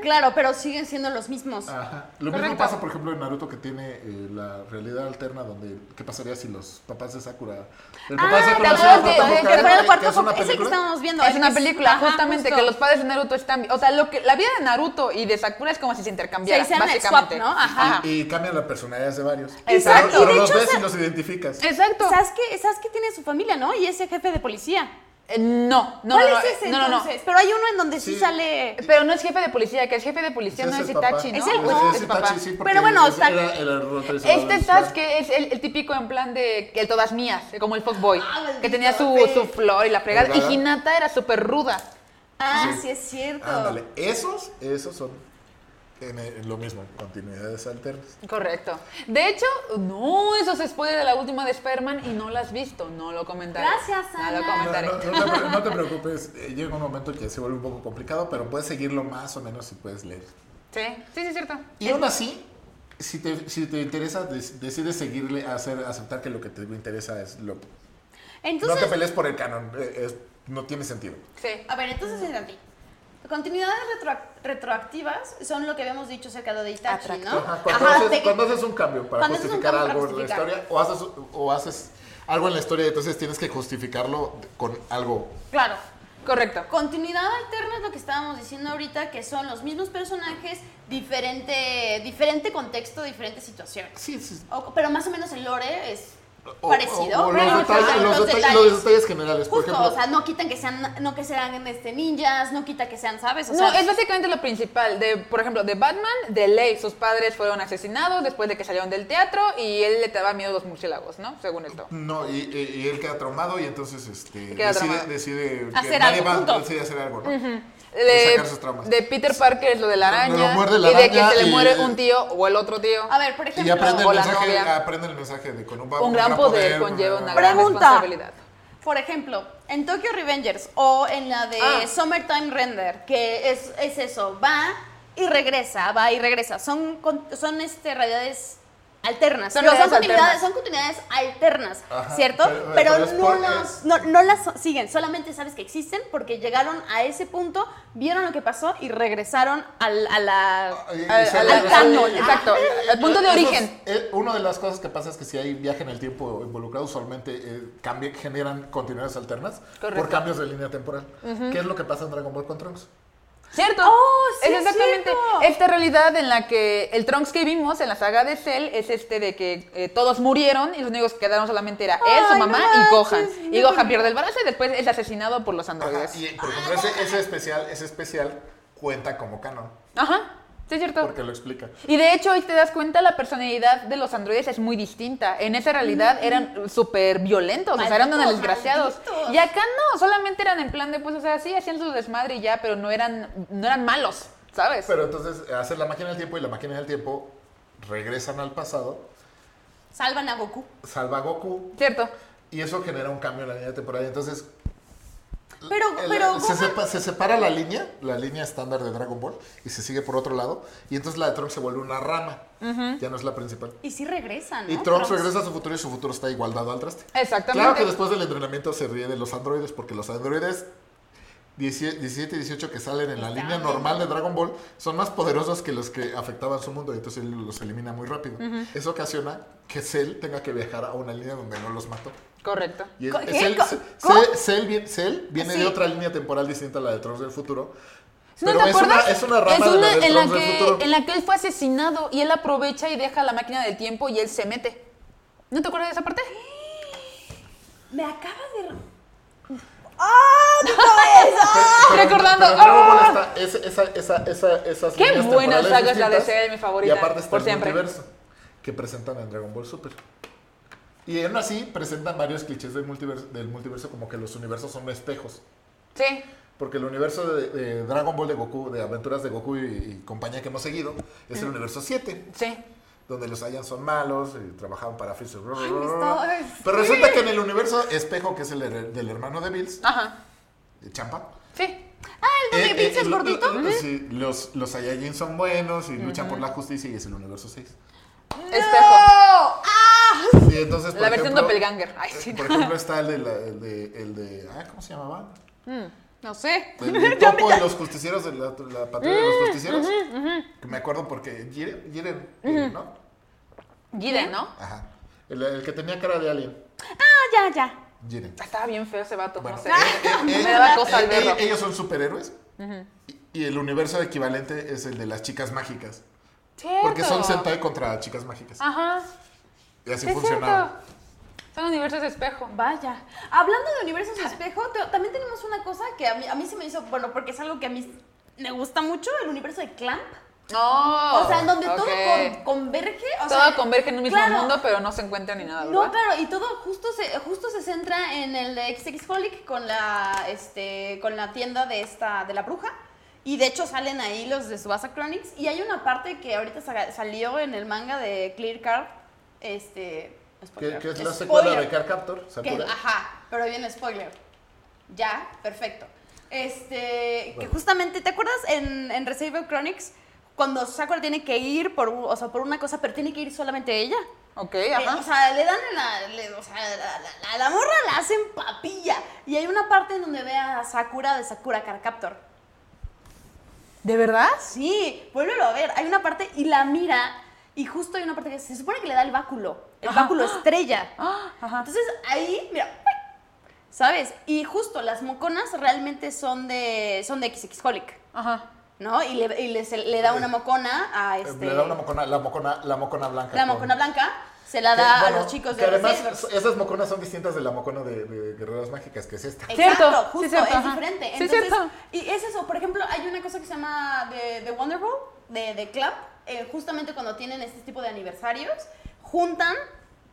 A: Claro, pero siguen siendo los mismos.
B: Ah, Lo mismo
C: Correcto.
B: pasa, por ejemplo, en Naruto, que tiene eh, la realidad alterna, donde ¿qué pasaría si los papás de Sakura. El
A: Ah,
B: papá
C: ¿te
B: se llama
C: acuerdas de-
B: Pato
C: de-
B: Hokage,
C: que fue el
B: que
A: cuarto
B: es una
A: Hokage? Es el que
B: película.
A: estábamos viendo.
C: Es una
A: es-
C: película,
A: ajá,
C: justamente,
A: justo.
C: que los padres de Naruto están. O sea, lo que, la vida de Naruto y de Sakura es como si se intercambiaran.
A: se hicieran el swap,
C: básicamente.
A: ¿no? Ajá.
B: Y, y cambian las personalidades de varios.
C: Exacto.
B: Pero, pero
A: Y de
B: los
A: hecho,
B: ves
A: o sea-
B: y los identificas.
C: Exacto.
A: Sasuke, Sasuke tiene su familia, ¿no? Y es el jefe de policía.
C: Eh, no, no,
A: ¿Cuál
C: no, no,
A: es ese
C: no, no, no.
A: entonces? Pero hay uno en donde sí,
B: Sí.
A: sale.
C: Pero no es jefe de policía, que el jefe de policía
B: Ese
C: no es
B: el papá.
C: Itachi, ¿no?
A: Es el-
B: Ese
A: no,
B: es
C: el
B: Itachi,
C: papá.
B: sí, porque
A: Pero bueno,
B: es-
A: Saki-
B: era el roteirizador
C: Este
B: del
C: Sasuke
B: clan.
C: es el, el típico en plan de que el todas mías, como el fuckboy,
A: Ah, maldito,
C: que tenía su,
A: sí.
C: su flor y la fregada.
B: ¿Verdad?
C: Y Hinata era súper ruda.
A: Ah,
B: Sí.
A: sí, es cierto.
B: Ándale, esos, esos son en- en lo mismo, continuidades alternas.
C: Correcto. De hecho, no, eso se spoiler de la última de Spider-Man y no la has visto, no lo comentaré.
A: Gracias,
C: No lo
A: Ana.
B: No,
C: comentaré.
B: no, no te, pre- no te preocupes, eh, llega un momento que se vuelve un poco complicado, pero puedes seguirlo más o menos si puedes leer.
C: Sí, sí, sí, es cierto.
B: Y aún así, si te, si te interesa, des- decides seguirle, hacer, aceptar que lo que te interesa es lo... no te
A: Entonces,
B: pelees por el canon, eh, es- no tiene sentido.
C: Sí.
A: a ver, entonces, Santi, Continuidades retroac- retroactivas son lo que habíamos dicho acerca de Itachi,
C: Atractivo.
A: ¿no?
B: Ajá, cuando,
A: Ajá,
B: haces,
A: de que-
B: cuando haces un cambio para
A: cuando haces un
B: justificar
A: cambio
B: algo
A: para
B: en la
A: justificar.
B: historia, o haces, o haces algo en la historia y entonces tienes que justificarlo con algo.
A: Claro.
C: Correcto.
A: Continuidad alterna es lo que estábamos diciendo ahorita, que son los mismos personajes, diferente, diferente contexto, diferentes situaciones.
B: Sí, sí.
A: O- pero más o menos el lore es
B: O-
A: parecido.
B: o- o los,
A: pero-
B: detalles,
A: pero
B: los
A: los
B: detalles-
A: detalles.
B: los detalles generales. por
A: Justo,
B: ejemplo,
A: o sea, no quitan que sean, no que sean este, ninjas, no quita que sean, ¿sabes? O
C: No,
A: sea,
C: es básicamente lo principal. De, por ejemplo, de Batman, de Ley, sus padres fueron asesinados después de que salieron del teatro y él le daba miedo a los murciélagos, ¿no? Según esto.
B: No, y, y- y él queda traumado y entonces este,
C: Queda
B: decide,
C: traumado.
B: decide
A: Hacer algo,
B: va-
A: punto.
B: decide hacer algo, ¿no?
C: De,
B: sacar sus traumas.
C: de Peter Parker es lo de la araña,
B: Lo muerde la
C: y de que
B: araña
C: se le
B: y-
C: muere un tío o el otro tío.
A: a ver, por
B: Y
A: ejemplo,
B: aprende el,
C: o la
B: mensaje,
C: novia.
B: aprende el mensaje de con un,
C: un, gran poder, conlleva una gran
A: Pregunta.
C: responsabilidad.
A: Por ejemplo, en Tokyo Revengers o en la de
C: Ah.
A: Summertime Render, que es, es eso, va y regresa, va y regresa. Son, con- son este, realidades alternas.
C: Son
A: Digo, Son, continuidades,
C: realidades alternas.
A: son continuidades alternas,
B: Ajá,
A: ¿cierto?
B: pero-
A: Pero,
B: pero es
A: no,
B: por-
A: las, no, no las so- siguen, solamente sabes que existen porque llegaron a ese punto, vieron lo que pasó y regresaron al, a la...
B: Y- y
C: Al-
B: se
C: al
B: regresa-
C: canon,
B: y-
C: exacto,
B: y-
C: al punto de
B: esos-
C: origen.
B: eh, una de las cosas que pasa es que si hay viaje en el tiempo involucrado, usualmente eh, cambia- generan continuidades alternas por
C: Correcto.
B: cambios de línea temporal. ¿Qué es lo que pasa en Dragon Ball con Trunks?
C: ¿Cierto?
A: Oh, sí,
C: es exactamente
A: cierto.
C: esta realidad en la que el Trunks que vimos en la saga de Cell es este de que eh, todos murieron y los únicos que quedaron solamente era él, su
A: Ay, no
C: mamá
A: manches,
C: y Gohan. Y
A: no
C: Gohan
A: me-
C: pierde el brazo y después es asesinado por los
B: Ajá,
C: androides.
B: y por ejemplo, ese, ese especial, ese especial cuenta como canon,
C: Ajá, sí es cierto.
B: porque lo explica.
C: Y de hecho, hoy te das cuenta, la personalidad de los androides es muy distinta. En esa realidad eran súper violentos, o sea, eran unos
A: Mm. Malditos,
C: desgraciados.
A: malditos.
C: Y acá no, solamente eran en plan de, pues, o sea, sí, hacían su desmadre y ya, pero no eran, no eran malos, ¿sabes?
B: Pero entonces hacer la máquina del tiempo y la máquina del tiempo regresan al pasado,
A: Salvan a Goku.
B: salva a Goku
C: ¿Cierto?
B: y eso genera un cambio en la línea temporal. Entonces,
A: Pero,
B: el-
A: pero
B: se,
A: Gohan-
B: sepa- se separa la línea, la línea estándar de Dragon Ball y se sigue por otro lado y entonces la de Trunks se vuelve una rama, ya no es la principal.
A: Y sí regresan, ¿no?
B: Y Trunks regresa a su futuro y su futuro está igualdado al traste.
C: Exactamente.
B: Claro que después del entrenamiento se ríe de los androides, porque los androides 17 17 y 18 que salen en la
A: Están
B: línea normal de Dragon Ball son más poderosos que los que afectaban su mundo, y entonces él los elimina muy rápido. Eso ocasiona que Cell tenga que viajar a una línea donde no los mató.
C: Correcto.
B: Y es-
A: ¿Qué?
B: Cell,
A: ¿Co-
B: Cell-
A: cómo?
B: Cell vi- Cell viene
A: Sí.
B: de otra línea temporal distinta a la de Trunks del futuro.
C: ¿No
B: Pero
C: te
B: es, una,
C: acuerdas?
B: es una rama
C: Es
B: de
C: una
B: la de
C: en, la
B: Trunks del
C: que,
B: futuro.
C: en la que él fue asesinado y él aprovecha y deja la máquina del tiempo y él se mete. ¿No te acuerdas de esa parte?
A: Me acabas de... ¡Ah! ¡Tu cabeza!
B: Pero-
C: Recordando,
B: pero Dragon Ball
C: ¡ah!
B: está- esa- esa- esa- esa- esas
C: Qué
B: líneas
C: buena
B: temporales
C: saga es la de
B: distintas,
C: Cell, mi favorita,
B: Y aparte está
C: por
B: el
C: siempre.
B: multiverso que presentan en Dragon Ball Super. Y aún así presentan varios clichés del multiverso, del multiverso como que los universos son espejos.
C: Sí.
B: Porque el universo de, de Dragon Ball de Goku, de aventuras de Goku y, y compañía que hemos seguido, es el universo 7
C: Sí.
B: donde los Saiyans son malos y trabajaban para Freezer. bla, bla,
A: Ay, me
B: bla, bla, bla.
A: estaba-
B: Pero resulta que en el universo espejo, que es el her- del hermano de Bills,
C: Ajá.
B: de Champa,
C: Sí.
A: ¿El de
B: eh,
A: Bills
B: eh,
A: es
B: lo-
A: gordito?
B: lo- sí, los, los Saiyajin son buenos y luchan por la justicia y es el universo
C: *laughs*
B: 6.
C: Espejo.
A: ¡Ah!
B: Y entonces, por
C: La versión
B: ejemplo,
C: doppelganger. Ay,
B: eh,
C: sí.
B: Por ejemplo, está el de, la- el de, el de- ah, ¿cómo se
C: *laughs*
B: llamaba?
C: No sé.
B: El de Topo y los justicieros, de la, la patrulla de los justicieros. Que me acuerdo porque Jiren, Jiren, Jiren, ¿no?
C: Gideon, ¿no?
B: Ajá. El, el que tenía cara de alien,
A: Ah, ya, ya.
B: Jiren.
C: Estaba bien feo ese vato,
B: Bueno,
C: no sé.
B: eh,
C: *laughs*
B: eh,
C: Ah, Me
B: eh,
C: daba cosa al
B: eh,
C: verlo.
B: eh, Ellos son superhéroes. Y y el universo equivalente es el de las chicas mágicas.
C: Cierto.
B: eh, Porque son Sentai contra chicas mágicas.
C: Ajá.
B: Y así
C: Sí, es cierto.
B: funcionaba.
C: Son universos de espejo.
A: Vaya. Hablando de universos
C: Ah.
A: espejo, te- también tenemos una cosa que a mí, a mí se me hizo, bueno, porque es algo que a mí me gusta mucho, el universo de Clamp.
C: No.
A: o sea, en donde
C: Oh, Ok.
A: todo con- converge. O
C: Todo
A: sea,
C: converge en un mismo
A: claro.
C: mundo, pero no se encuentra ni nada, ¿verdad?
A: No, claro, y todo justo se, justo se centra en el de XXholic con la, este, con la tienda de esta, de la bruja. Y de hecho salen ahí los de Subasa Chronics. Y hay una parte que ahorita sa- salió en el manga de Clear Card. Este.
B: Que,
A: spoiler,
B: que es la
A: spoiler,
B: secuela de Car Captor,
A: que- ah,
B: Sakura.
A: ajá, pero ahí viene spoiler. Ya, perfecto. Este. Que justamente, ¿te acuerdas en, en Resident Chronics? Cuando Sakura tiene que ir por, un- o sea, por una cosa, pero tiene que ir solamente ella.
C: Ok,
A: Eh,
C: ajá.
A: o sea, le dan en la, le- o sea, la, la- la- la morra la hacen papilla. Y hay una parte en donde ve a Sakura de Sakura Carcaptor.
C: ¿De verdad?
A: Sí, vuélvelo a ver. Hay una parte y la mira y justo hay una parte que se supone que le da el báculo, el
C: Ajá.
A: báculo estrella.
C: Ah, ajá.
A: Entonces ahí, mira, ¿sabes? Y justo las moconas realmente son de son de XXholic,
C: Ajá.
A: ¿no? Y le, y le- se- le da una mocona a este
B: Eh, Le da una mocona, la mocona, la mocona blanca.
A: la
B: con-
A: mocona blanca se la
B: que,
A: da a
B: bueno,
A: los chicos de
B: que además
A: Reservers.
B: esas moconas son distintas de la mocona de, de Guerreras Mágicas, que es esta.
A: Exacto,
C: Cierto, sí,
A: justo,
C: cierto,
A: es
C: ajá.
A: diferente.
C: Sí,
A: Entonces,
C: cierto.
A: Y es eso, por ejemplo, hay una cosa que se llama The, The Wonder Bowl, de, de Club, eh, justamente cuando tienen este tipo de aniversarios, juntan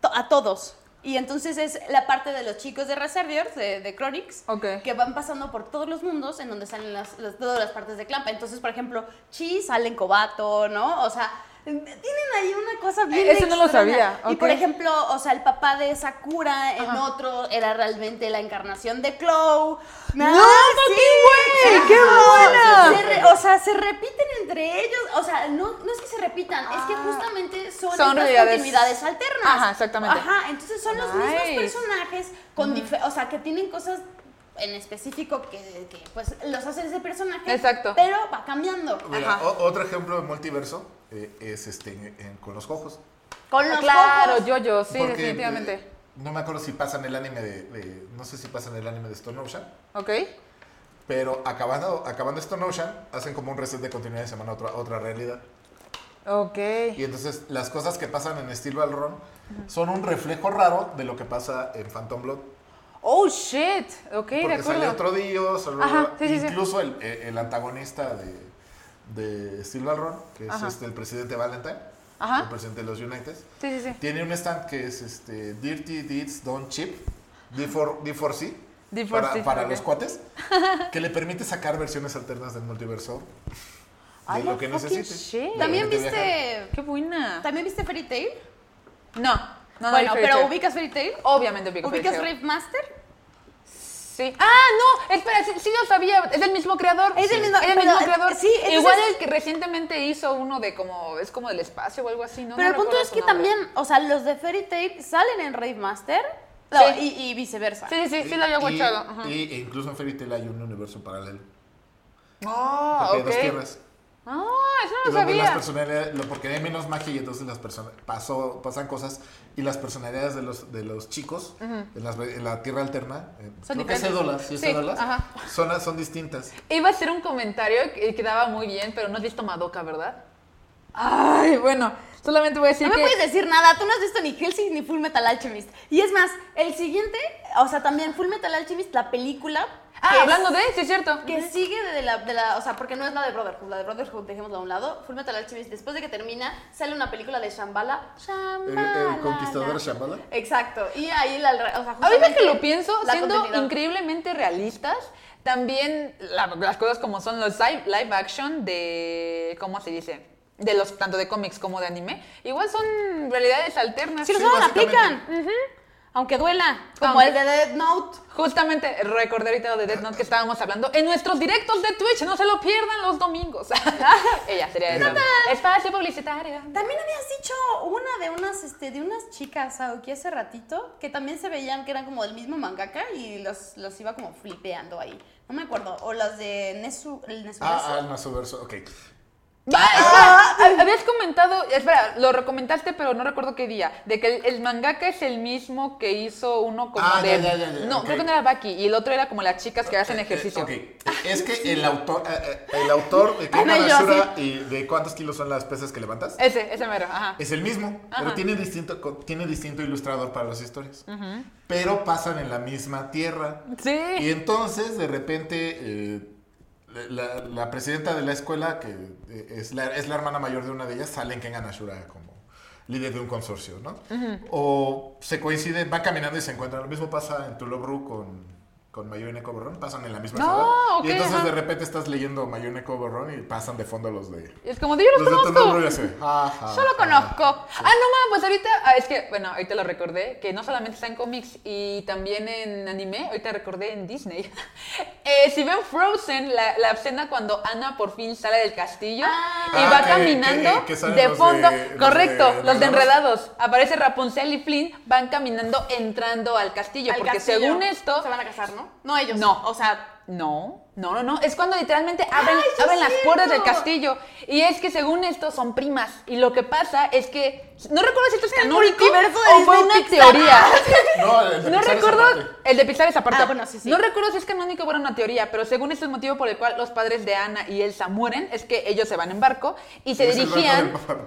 A: to- a todos. Y entonces es la parte de los chicos de Reserviers, de, de Chronics,
C: Ok.
A: que van pasando por todos los mundos en donde salen las, las- todas las partes de Clamp. Entonces, por ejemplo, Chi sale en Cobato, ¿no? O sea, tienen ahí una cosa bien
C: Eh, Eso no lo
A: extraña.
C: sabía,
A: Y por
C: ok.
A: ejemplo, ejemplo, o sea, el papá de Sakura en
C: Ajá.
A: otro era realmente la encarnación de Chloe. Ah,
C: ¡No, papi, güey! ¡Qué
A: Ajá.
C: buena!
A: Se re- o sea, se repiten entre ellos. O sea, no, no es que se repitan, es que justamente son,
C: Ah. Son
A: estas
C: realidades-
A: continuidades alternas.
C: Ajá, exactamente.
A: Ajá, entonces son los
C: Nice.
A: mismos personajes, con dife- o sea, que tienen cosas en específico que, que, pues los hace ese personaje.
C: Exacto.
A: Pero va cambiando.
B: Mira,
A: Ajá.
B: o- otro ejemplo de multiverso eh, es este en- con los ojos.
A: Con los
C: Claro,
A: ojos.
C: yo, yo, sí,
B: Porque, eh,
C: definitivamente.
B: no me acuerdo si pasa en el anime de, de- No sé si pasa en el anime de Stone Ocean.
C: Ok.
B: Pero acabando, acabando Stone Ocean, hacen como un reset de continuidad de semana a otra, a otra realidad.
C: Ok.
B: Y entonces las cosas que pasan en Steel Ball Run son un reflejo raro de lo que pasa en Phantom Blood.
C: Oh, shit. Ok,
B: Porque
C: de
B: sale
C: acuerdo.
B: otro día, sale-
C: Ajá, sí, sí, sí.
B: incluso el, eh, el antagonista de, de Steel Ball Run, que es
C: Ajá.
B: este, el presidente Valentine,
C: Ajá.
B: el presidente de los United,
C: Sí, sí, sí.
B: tiene un stand que es este, Dirty Deeds Don't Chip, D4, D4C,
C: D4C,
B: para, para
C: ok.
B: los
C: *laughs*
B: cuates, que le permite sacar versiones alternas del multiverso de
C: Ay,
B: lo que
C: la fucking
B: necesite.
C: shit.
B: de lo
A: También
B: que te viajan.
A: viste.
C: Qué buena.
A: ¿También viste Fairy Tail?
C: No, no, no.
A: bueno,
C: Fairy
A: pero
C: Tail.
A: ubicas Fairy Tail.
C: Obviamente ubico Fairy
A: ¿Ubicas
C: Tail.
A: Rave Master?
C: Sí. Ah, no, espera, sí, sí lo sabía, es del mismo creador.
A: Es del mismo-
C: es del
A: pero,
C: mismo
A: eh,
C: creador.
A: sí, entonces-
C: igual el que recientemente hizo uno de como es como del espacio o algo así, ¿no?
A: Pero
C: No
A: el punto
C: recuerdo
A: es
C: su
A: que
C: nombre.
A: también, o sea, los de Fairy Tail salen en Rave Master no,
C: Sí.
A: y, y viceversa.
C: Sí, sí, sí, sí lo había
B: Y-
C: guachado. ajá.
B: y- e incluso en Fairy Tail hay un universo paralelo.
C: Ah,
B: Porque
C: ok.
B: hay dos tierras.
C: Ah, eso no
B: Y
C: lo
B: donde las
C: sabía.
B: personalidades, lo- porque hay menos magia y entonces las personas pasó, pasan cosas y las personalidades de los, de los chicos en, las- en la tierra alterna, eh,
C: Son
B: creo que es
C: diferentes.
B: Edolas, sí, es
C: Sí,
B: Edolas,
C: ajá.
B: son, las- son distintas. Eh,
C: Iba a hacer un comentario que quedaba muy bien, pero no has visto Madoka, ¿verdad? Ay, bueno, solamente voy a decir
A: No me
C: que
A: puedes decir nada, tú no has visto ni Hellsing ni Full Metal Alchemist. Y es más, el siguiente, o sea, también Full Metal Alchemist, la película.
C: Ah,
A: que es-
C: hablando de, sí es cierto.
A: Que sigue de la, de la- O sea, porque no es la de Brotherhood. La de Brotherhood, dejémosla a un lado. Full Metal Alchemist, después de que termina, sale una película de Shambhala.
B: El,
A: Shambhala.
C: Ah,
B: el conquistador Shambhala.
A: Exacto. Y ahí la. O sea,
C: Ahorita que
A: justamente
C: lo pienso,
A: la
C: siendo
A: continuidad.
C: increíblemente realistas, también la- las cosas como son los live, live action de, ¿cómo se dice? De los, tanto de cómics como de anime, igual son realidades alternas.
A: Si los
B: Sí,
A: ojos la
B: básicamente.
A: aplican. Aunque duela. Como
C: Aunque-
A: el de Dead Note.
C: Justamente recordé ahorita lo de Death Note que estábamos hablando en nuestros directos de Twitch, no se lo pierdan los domingos. *laughs* Ella sería de
B: Total.
C: Espacio publicitario.
A: También habías dicho una de unas, este, de unas chicas Aoki hace ratito que también se veían que eran como del mismo mangaka y los, los iba como flipeando ahí. No me acuerdo. O las de Nesu. El Nesu Nesu.
B: Ah, ah, su verso, ok.
C: Va,
B: Ah.
C: espera, ha- habías comentado, espera, lo recomendaste, pero no recuerdo qué día, de que el, el mangaka es el mismo que hizo uno como
B: Ah,
C: de...
B: ya, ya, ya, ya,
C: no,
B: ok.
C: creo que no era Baki, y el otro era como las chicas que hacen
B: Eh,
C: ejercicio.
B: ok.
C: *laughs*
B: Es que el autor, eh, eh, el autor de que una
A: Ana y yo así.
B: basura y de cuántos kilos son las pesas que levantas
C: Ese, ese mero, ajá.
B: es el mismo,
C: Ajá.
B: pero tiene distinto, co- tiene distinto ilustrador para las historias. Pero pasan en la misma tierra. Y
C: Sí.
B: entonces, de repente, eh, la, la presidenta de la escuela, que eh, es la, es la hermana mayor de una de ellas, sale en Kengan Ashura como líder de un consorcio, ¿no? O se coinciden, van caminando y se encuentran. Lo mismo pasa en Tulobru con, con Mayoneko Borrón, pasan en la misma
C: Ah,
B: ciudad.
C: ok,
B: y entonces,
C: ajá.
B: de repente, estás leyendo Mayoneko Borrón y pasan de fondo los de...
C: Es como de yo los
B: Los de
C: conozco.
B: Tulobru y así, "Ja, ja,
C: Solo
B: ja".
C: conozco. Ah, no mames, pues ahorita, ah, es que, bueno, ahorita lo recordé, que no solamente está en cómics y también en anime, ahorita recordé en Disney. *laughs* Eh, si ven Frozen, la, la escena cuando Anna por fin sale del castillo
A: Ah.
C: y va
B: Ah, que-
C: caminando
B: que- que salen
C: de
B: los
C: fondo,
B: de- los
C: correcto,
B: de
C: los de
B: Enredados.
C: enredados. Aparece Rapunzel y Flynn, van caminando entrando al castillo,
A: Al
C: porque
A: castillo.
C: según esto,
A: Se van a casar, ¿no? No ellos.
C: No.
A: O sea,
C: no. No, no, no. Es cuando literalmente abren,
A: ya
C: abren las
A: cierto!
C: puertas del castillo. Y es que según esto son primas. Y lo que pasa es que. No recuerdo si esto es canónico
A: multiverso de
C: o fue
A: Disney
C: una
A: Pixar. *laughs*
C: teoría.
B: No, el de
C: No
B: Pixar es
C: recuerdo.
B: aparte.
C: El de Pixar es aparte.
A: Ah, bueno, sí, sí.
C: No recuerdo si es canónico o era una teoría, pero según este es el motivo por el cual los padres de Ana y Elsa mueren, es que ellos se van en barco y se
B: Es el barco
C: dirigían.
B: del papá.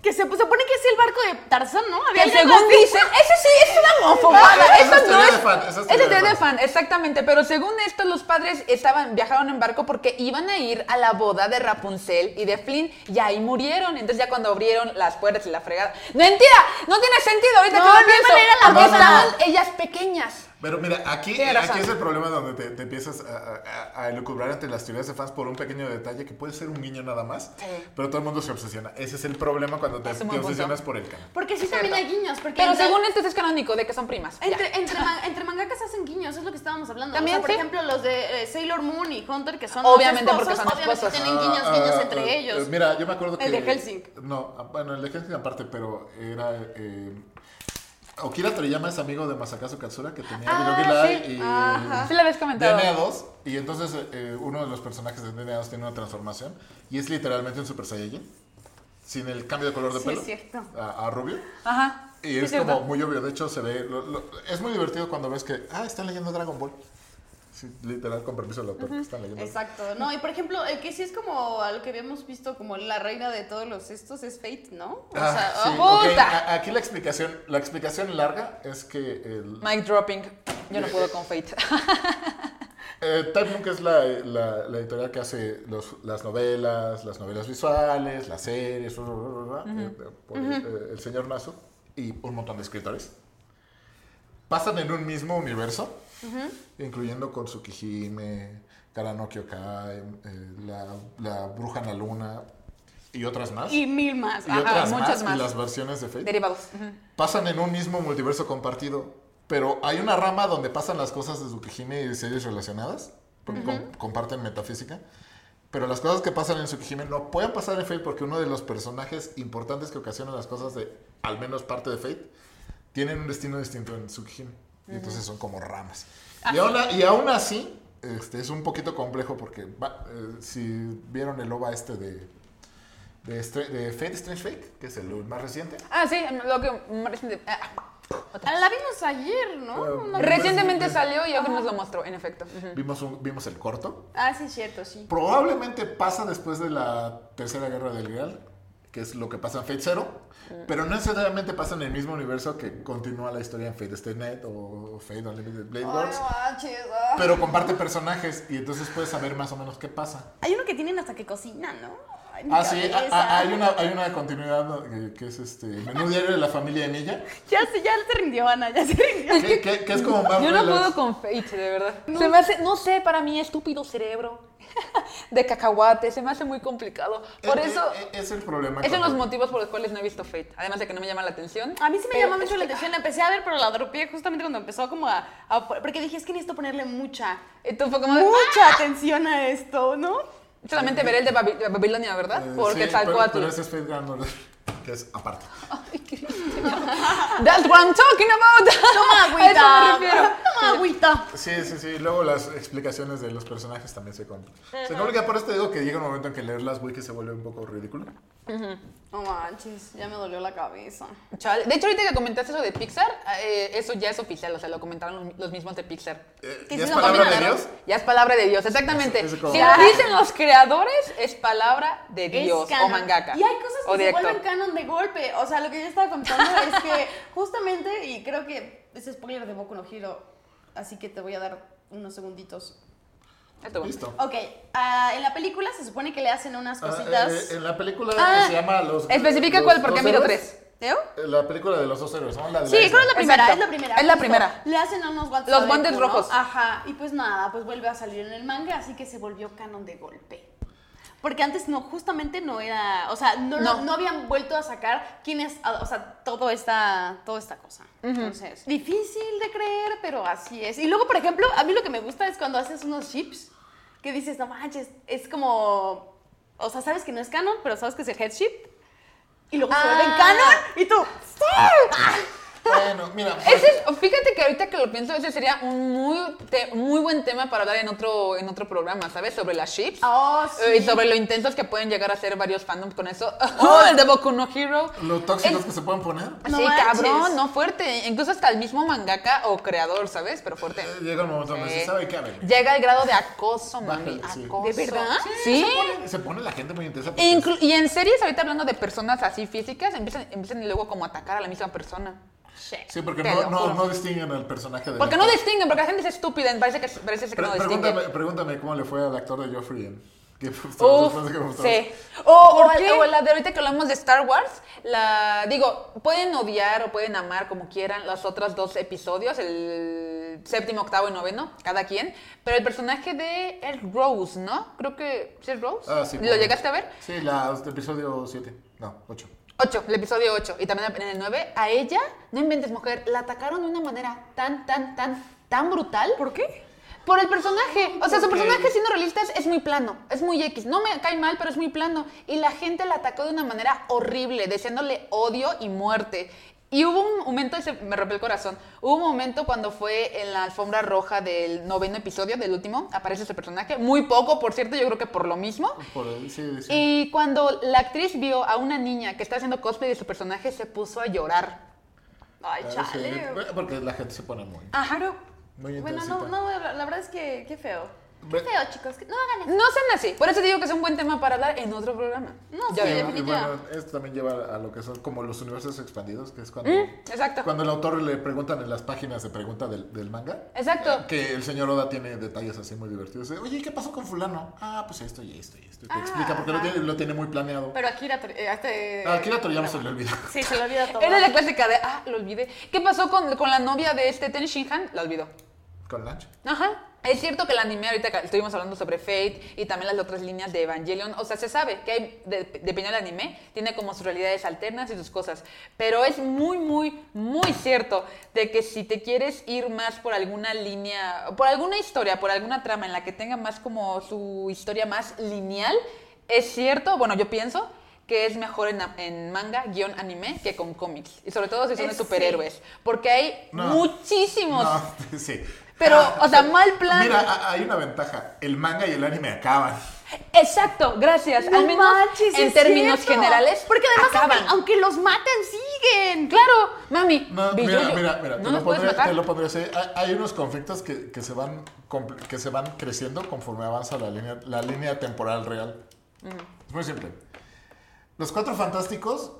A: Que se pues, supone que es el barco de Tarzán, ¿no? Había
C: Que
A: algo
C: según
A: así. Ah,
C: dicen, eso sí, es una mofobada.
B: Esa es teoría
C: Eso no es.
B: de fan, esa es
C: Esa es
B: teoría de
C: teoría de
B: fan.
C: fan, exactamente. Pero según esto, los padres estaban, viajaron en barco porque iban a ir a la boda de Rapunzel y de Flynn y ahí murieron. Entonces ya cuando abrieron las puertas y la fregada. ¡Mentira! No tiene sentido ahorita
A: No,
C: que lo
A: no hay
C: pienso.
A: manera, la
C: Porque
B: boda.
C: estaban ellas pequeñas.
B: Pero mira, aquí,
C: Tiene razón.
B: aquí es el problema donde te, te empiezas a, a, a elucubrar entre las teorías de fans por un pequeño detalle que puede ser un guiño nada más,
C: Sí.
B: pero todo el mundo se obsesiona. Ese es el problema cuando te,
C: Es un
B: te
C: buen punto.
B: obsesionas por el canal.
A: Porque sí
C: Es
A: también hay
C: cierto.
A: guiños. Porque
C: Pero
A: entre-
C: según esto es canónico de que son primas. Ya.
A: Entre, entre, man- entre mangakas hacen guiños, es lo que estábamos hablando.
C: También,
A: o sea, por
C: sí.
A: ejemplo, los de eh, Sailor Moon y Hunter, que son
C: Obviamente,
A: los
C: porque son
A: obviamente
C: esposos.
A: tienen guiños,
B: Ah,
A: guiños
B: ah,
A: entre
B: eh,
A: ellos.
B: eh, Mira, yo me acuerdo que.
A: El de Helsing.
B: No, ah, bueno, el de Helsing aparte, pero era. eh, Okira Toriyama es amigo de Masakazu Katsura, que tenía
C: Ah,
B: Video Gilai
C: sí.
B: y.
A: Ajá.
C: Sí la habías comentado.
B: DNA 2, y entonces eh, eh, uno de los personajes de DNA 2 tiene una transformación, y es literalmente un Super Saiyajin, sin el cambio de color de
A: Sí,
B: pelo.
A: es cierto.
B: A, a rubio.
C: Ajá.
B: Y
C: Sí,
B: es
C: cierto.
B: como muy obvio, de hecho se ve, lo- lo- es muy divertido cuando ves que, ah, están leyendo Dragon Ball. Sí, literal, con permiso del autor, que están leyendo.
A: Exacto, no, y por ejemplo, el que sí es como a lo que habíamos visto como la reina de todos los estos es Fate, ¿no? O
B: Ah,
A: sea,
B: sí,
A: oh,
B: ok.
C: puta.
B: A- Aquí la explicación, la explicación larga es que el,
C: Mic dropping. Yo no puedo con Fate. *laughs*
B: eh, Time Nook es la, la- la editorial que hace los- las novelas, las novelas visuales, las series, bla, bla, bla, bla, bla, eh, por el- eh, el señor Nasu y un montón de escritores. Pasan en un mismo universo, incluyendo con Tsukihime, Karano Kyokai, eh, la, la Bruja en la Luna y otras más.
A: y mil más.
B: Y
A: ajá.
B: otras
C: muchas
B: más,
C: más.
B: y las versiones de Fate.
C: Derivados. Ujú.
B: pasan en un mismo multiverso compartido, pero hay una rama donde pasan las cosas de Tsukihime y de series relacionadas, porque com- comparten metafísica. Pero las cosas que pasan en Tsukihime no pueden pasar en Fate porque uno de los personajes importantes que ocasionan las cosas de al menos parte de Fate tienen un destino distinto en Tsukihime. Y entonces son como ramas. Y aún, a- y aún así, este, es un poquito complejo porque va- eh, si vieron el OVA este de, de, Stra- de Fate Strange Fate, que es el más reciente,
C: Ah, sí, lo que me reciente- ah,
A: Ah, La vimos ayer, ¿no?
B: Pero-
A: Una-
C: Recientemente salió y que nos lo mostró, en efecto. Ujú.
B: Vimos, un- vimos el corto.
A: Ah, sí, es cierto, sí.
B: Probablemente pasa después de la Tercera Guerra del Grial, que es lo que pasa en Fate Zero,
C: Mm.
B: pero no necesariamente pasa en el mismo universo que continúa la historia en Fate Stay Night o Fate Unlimited Blade Works,
A: manches, ah.
B: pero comparte personajes y entonces puedes saber más o menos qué pasa.
A: Hay uno que tienen hasta que cocina, ¿no? Ay, mi
B: Ah, sí, a-
A: cabeza.
B: a- hay, una, hay una continuidad ¿no? que, que es este menú diario de la familia de Milla,
A: Ya, se- ya se rindió, Ana, ya se rindió.
B: que, que- que es como más
C: Yo no
B: relax.
C: puedo con Fate, de verdad. Se me hace, no sé, para mí estúpido cerebro *laughs* de cacahuate, se me hace muy complicado. Por
B: Eh,
C: eso,
B: eh, es el problema.
C: esos son
B: con-
C: los motivos por los cuales no he visto Fate. Además de que no me llama la atención.
A: A mí sí me
C: pero
A: llamó
C: Eh, es
A: mucho la
C: que-
A: atención, la empecé a ver, pero la dropeé justamente cuando empezó como a, a- Porque dije, es que necesito ponerle mucha,
C: Y tú fue como de, "Ah,
A: mucha atención a esto, ¿no?
C: solamente veré el de, Babi- de Babilonia, ¿verdad?
B: Eh,
C: Porque
B: sí,
C: tal
B: pero-
C: cual.
B: Pero ese es Fate Grand Order, que es aparte.
C: Ay, Cristo. *laughs* That's what I'm talking about.
A: *laughs*
C: *laughs*
A: Toma
C: A eso me
A: agüita.
C: refiero.
A: Toma agüita.
B: Sí, sí, sí. Luego las explicaciones de los personajes también se complican. Se complica, por eso te digo que llega un momento en que leer las wikis se vuelve un poco ridículo.
A: No manches, ya me dolió la cabeza.
C: Chale. De hecho, ahorita que comentaste eso de Pixar, eh, eso ya es oficial, o sea, lo comentaron los, los mismos de Pixar.
B: Eh,
A: Que
B: ¿Ya
A: sí
B: es
A: lo
B: palabra de
A: combinaron.
B: Dios?
C: Ya es palabra de Dios, exactamente.
B: Eso- eso como-
C: si lo dicen los creadores, es palabra de
A: Es
C: Dios o
A: canon.
C: mangaka.
A: Y hay cosas que
C: o
A: se
C: de actor.
A: vuelven canon de golpe. O sea, lo que yo estaba contando es que *laughs* justamente, y creo que es spoiler de Boku no Hero, así que te voy a dar unos segunditos.
C: Ya estuvo.
B: Listo.
A: Ok, ah, en la película se supone que le hacen unas
B: Ah,
A: cositas...
B: eh, en la película
A: Ah.
B: que se llama Los.
C: Especifica
B: los-
C: cuál, porque
B: los
C: miro
B: héroes.
C: tres.
A: ¿Teo?
B: Eh, La película de los dos héroes, ¿no? La de
A: Sí,
B: la
A: creo que es la
B: isla.
A: primera,
C: Exacto.
A: es la primera.
C: Es la
A: justo.
C: primera.
A: Le hacen unos guantes
C: Los
A: a
C: guantes
A: Deku, ¿no?
C: rojos.
A: Ajá, y pues nada, pues vuelve a salir en el manga, así que se volvió canon de golpe. Porque antes no, justamente no era, o sea, no, lo-
C: No.
A: no habían vuelto a sacar quién es, o sea, todo esta, toda esta cosa. Entonces, difícil de creer, pero así es. Y luego, por ejemplo, a mí lo que me gusta es cuando haces unos chips que dices, no manches, es como, o sea, sabes que no es canon, pero sabes que es el headship. Y luego se
C: Ah.
A: vuelven canon y tú, ¡sí!
B: Bueno, mira. por
C: Ese es- fíjate que ahorita que lo pienso, ese sería un muy, te- muy buen tema para hablar en otro, en otro programa, ¿sabes? Sobre las ships.
A: Oh,
C: Eh, Y
A: sí. Oh.
C: sobre lo intensos que pueden llegar a ser varios fandoms con eso. *laughs* el de Boku no Hero.
B: Lo tóxicos
C: Es-
B: que se pueden poner.
A: No
C: sí,
A: manches.
C: cabrón, no fuerte. Incluso hasta el mismo mangaka o creador, ¿sabes? Pero fuerte.
B: Eh, Llega un momento donde
C: Sí.
B: se sabe que a ver.
C: Llega el grado de acoso, mami.
B: Bájale, sí.
C: Acoso.
A: ¿De verdad?
C: Sí.
B: Se pone, se pone la gente muy intensa. porque
C: Inclu- y en series, ahorita hablando de personas así físicas, empiezan, empiezan luego como a atacar a la misma persona.
A: Shit.
B: Sí, porque
C: Te
B: no,
C: lo
B: no,
C: juro.
B: no distinguen al personaje de.
C: Porque no distinguen, porque la gente es estúpida, parece que, parece que no distinguen.
B: pregúntame, pregúntame cómo le fue al actor de Joffrey en Game of Thrones, después de Game of
C: Uf,
B: Thrones.
C: sí. O, o,
A: ¿Por qué?
C: o la de ahorita que hablamos de Star Wars, la digo, pueden odiar o pueden amar como quieran los otros dos episodios, el séptimo, octavo y noveno, cada quien, pero el personaje de el Rose, ¿no? Creo que ¿sí es Rose.
B: Ah, sí,
C: ¿Lo
B: pobre.
C: llegaste a ver?
B: Sí, la, el episodio 7. No, 8.
C: 8, el episodio 8 y también en el 9, a ella, no inventes mujer, la atacaron de una manera tan, tan, tan, tan brutal.
A: ¿Por qué?
C: Por el personaje. O sea, su
A: Ok.
C: personaje, siendo realistas, es muy plano. Es muy X. No me cae mal, pero es muy plano. Y la gente la atacó de una manera horrible, deseándole odio y muerte. Y hubo un momento, ese me rompió el corazón, hubo un momento cuando fue en la alfombra roja del noveno episodio, del último, aparece ese personaje, muy poco, por cierto, yo creo que por lo mismo.
B: Por ahí, sí, sí.
C: Y cuando la actriz vio a una niña que está haciendo cosplay de su personaje, se puso a llorar.
A: Ay,
B: Ah, sí,
A: chale.
B: Porque la gente se pone muy.
A: Ajá.
B: Muy
A: bueno, no,
B: intensita.
A: no, la la verdad es que qué feo. Qué
B: Ve-
A: feo, chicos. que- No hagan eso.
C: No sean así. Por eso te digo que es un buen tema para hablar en otro programa.
A: No,
C: Ya
A: sí,
C: veo.
B: y
A: definitiva.
B: bueno, esto también lleva a lo que son como los universos expandidos, que es cuando,
C: Mm. Exacto.
B: cuando el autor le preguntan en las páginas de pregunta del, del manga.
C: Exacto.
B: Que el señor Oda tiene detalles así muy divertidos. de, Oye, ¿qué pasó con fulano? Ah, pues esto y esto y esto. Y Te
A: Ah,
B: explica porque lo
A: ajá.
B: tiene, lo tiene muy planeado.
A: Pero Akira, Tor- eh, a este...
B: A Akira Toriyama se le olvida.
A: Sí, se lo olvida todo.
C: Era la clásica de, ah, lo olvidé. ¿Qué pasó con, con la novia de este Ten Shinhan? La olvidó.
B: Con Lanch.
C: Ajá. Es cierto que el anime, ahorita que estuvimos hablando sobre Fate y también las otras líneas de Evangelion, o sea, se sabe que hay, de- dependiendo del anime, tiene como sus realidades alternas y sus cosas. Pero es muy, muy, muy cierto de que si te quieres ir más por alguna línea, por alguna historia, por alguna trama en la que tenga más como su historia más lineal, es cierto, bueno, yo pienso que es mejor en, en manga, guión anime, que con cómics. Y sobre todo si son
A: Eh,
C: de
A: sí.
C: superhéroes. Porque hay
B: No.
C: muchísimos.
B: No, *laughs* sí.
C: Pero, o sea, mal plan.
B: Mira, a- hay una ventaja. El manga y el anime acaban.
C: Exacto, gracias.
A: No
C: Al menos
A: manches,
C: en
A: es
C: términos
A: cierto.
C: generales.
A: Porque además,
C: acaban.
A: aunque, aunque los maten, siguen.
C: Claro, mami.
B: No, mira,
C: Billoyo,
B: mira, mira,
C: No
B: te,
C: nos
B: lo
C: puedes
B: pondré,
C: matar.
B: te lo pondré así. Hay, hay unos conflictos que, que se van, compl- que se van creciendo conforme avanza la línea, la línea temporal real. Es muy simple. Los cuatro fantásticos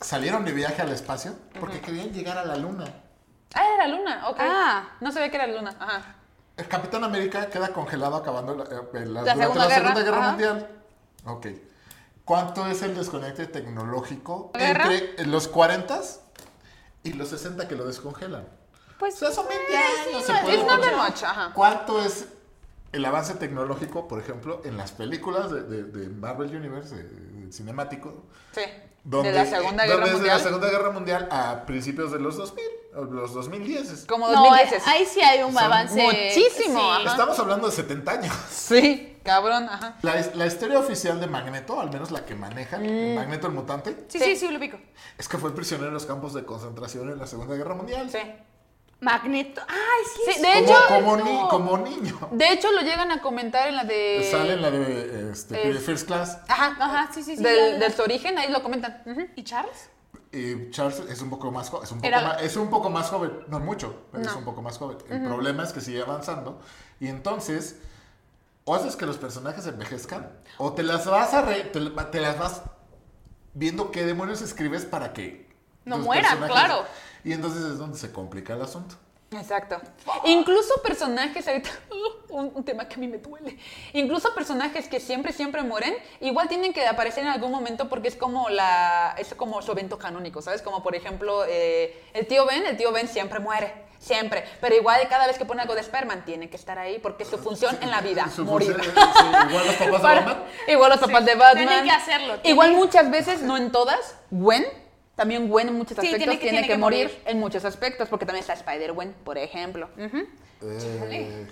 B: salieron de viaje al espacio porque querían llegar a la luna.
C: Ah, era luna, ok.
A: Ah.
C: No sabía que era luna. Ajá.
B: El Capitán América queda congelado acabando la, eh, la-
C: La
B: durante
C: Segunda
B: la Segunda
C: Guerra,
B: Guerra
C: ajá.
B: Mundial. Ok. ¿Cuánto es el desconecte tecnológico
C: ¿Guerra?
B: entre eh, los 40 y los 60 que lo descongelan?
A: Pues,
B: O sea, son 20
A: eh,
B: años,
A: sí,
B: se
A: no,
B: puede
A: it's
C: not that
B: congelar.
C: much, ajá.
B: ¿Cuánto es el avance tecnológico, por ejemplo, en las películas de, de- de Marvel Universe, de- de cinemático?
C: Sí.
B: Donde,
C: de la Segunda Guerra
B: donde es
C: Mundial.
B: De la Segunda Guerra Mundial a principios de los 2000, o los 2010.
C: Como
A: No,
C: 2010.
A: eh, ahí sí hay un
B: Son
A: avance.
C: muchísimo,
A: sí.
C: ajá.
B: Estamos hablando de 70 años.
C: Sí, cabrón, ajá.
B: La, his- la historia oficial de Magneto, al menos la que manejan,
C: Mm.
B: Magneto el mutante,
A: Sí, sí, sí, lo pico.
B: es que fue prisionero en los campos de concentración en la Segunda Guerra Mundial.
C: Sí.
A: Magneto. Ay, sí.
C: Sí,
A: es
C: de
B: Como,
C: hecho.
B: como,
A: no.
B: ni- como niño.
C: De hecho, lo llegan a comentar en la de.
B: Sale en la de este,
C: es-
B: First Class
C: Ajá,
A: Ajá, sí, sí, sí, ya, ya.
C: Del, de su origen, ahí lo comentan. Ujú.
A: ¿Y Charles?
B: y Charles es un poco más joven. Es un poco,
A: Era-
B: más, es un poco más joven, no mucho, pero es un poco más joven. El problema es que sigue avanzando y entonces o haces que los personajes envejezcan o te las vas a re- te, te las vas viendo qué demonios escribes para que
A: No
B: los
A: mueran,
B: personajes-
A: claro.
B: Y entonces es donde se complica el asunto.
C: Exacto. Incluso personajes, ahorita, *laughs* un, un tema que a mí me duele. Incluso personajes que siempre, siempre mueren, igual tienen que aparecer en algún momento porque es como la, es como su evento canónico, ¿sabes? Como por ejemplo, eh, el tío Ben, el tío Ben siempre muere, siempre. Pero igual cada vez que pone algo de Sperman tiene que estar ahí porque es su función en la vida,
B: Su
C: morir.
B: función- sí, igual los papás de
C: Para-
B: Batman.
C: *laughs* Igual los papás de Batman.
A: Tienen que hacerlo, tienen
C: Igual muchas veces, no en todas, Gwen. También Gwen en muchos
A: Sí, tiene
C: aspectos tiene
A: que-
C: que,
A: tiene que
C: morir.
A: morir.
C: en muchos aspectos, porque también está Spider-Gwen, por ejemplo. Ujú.
B: Eh,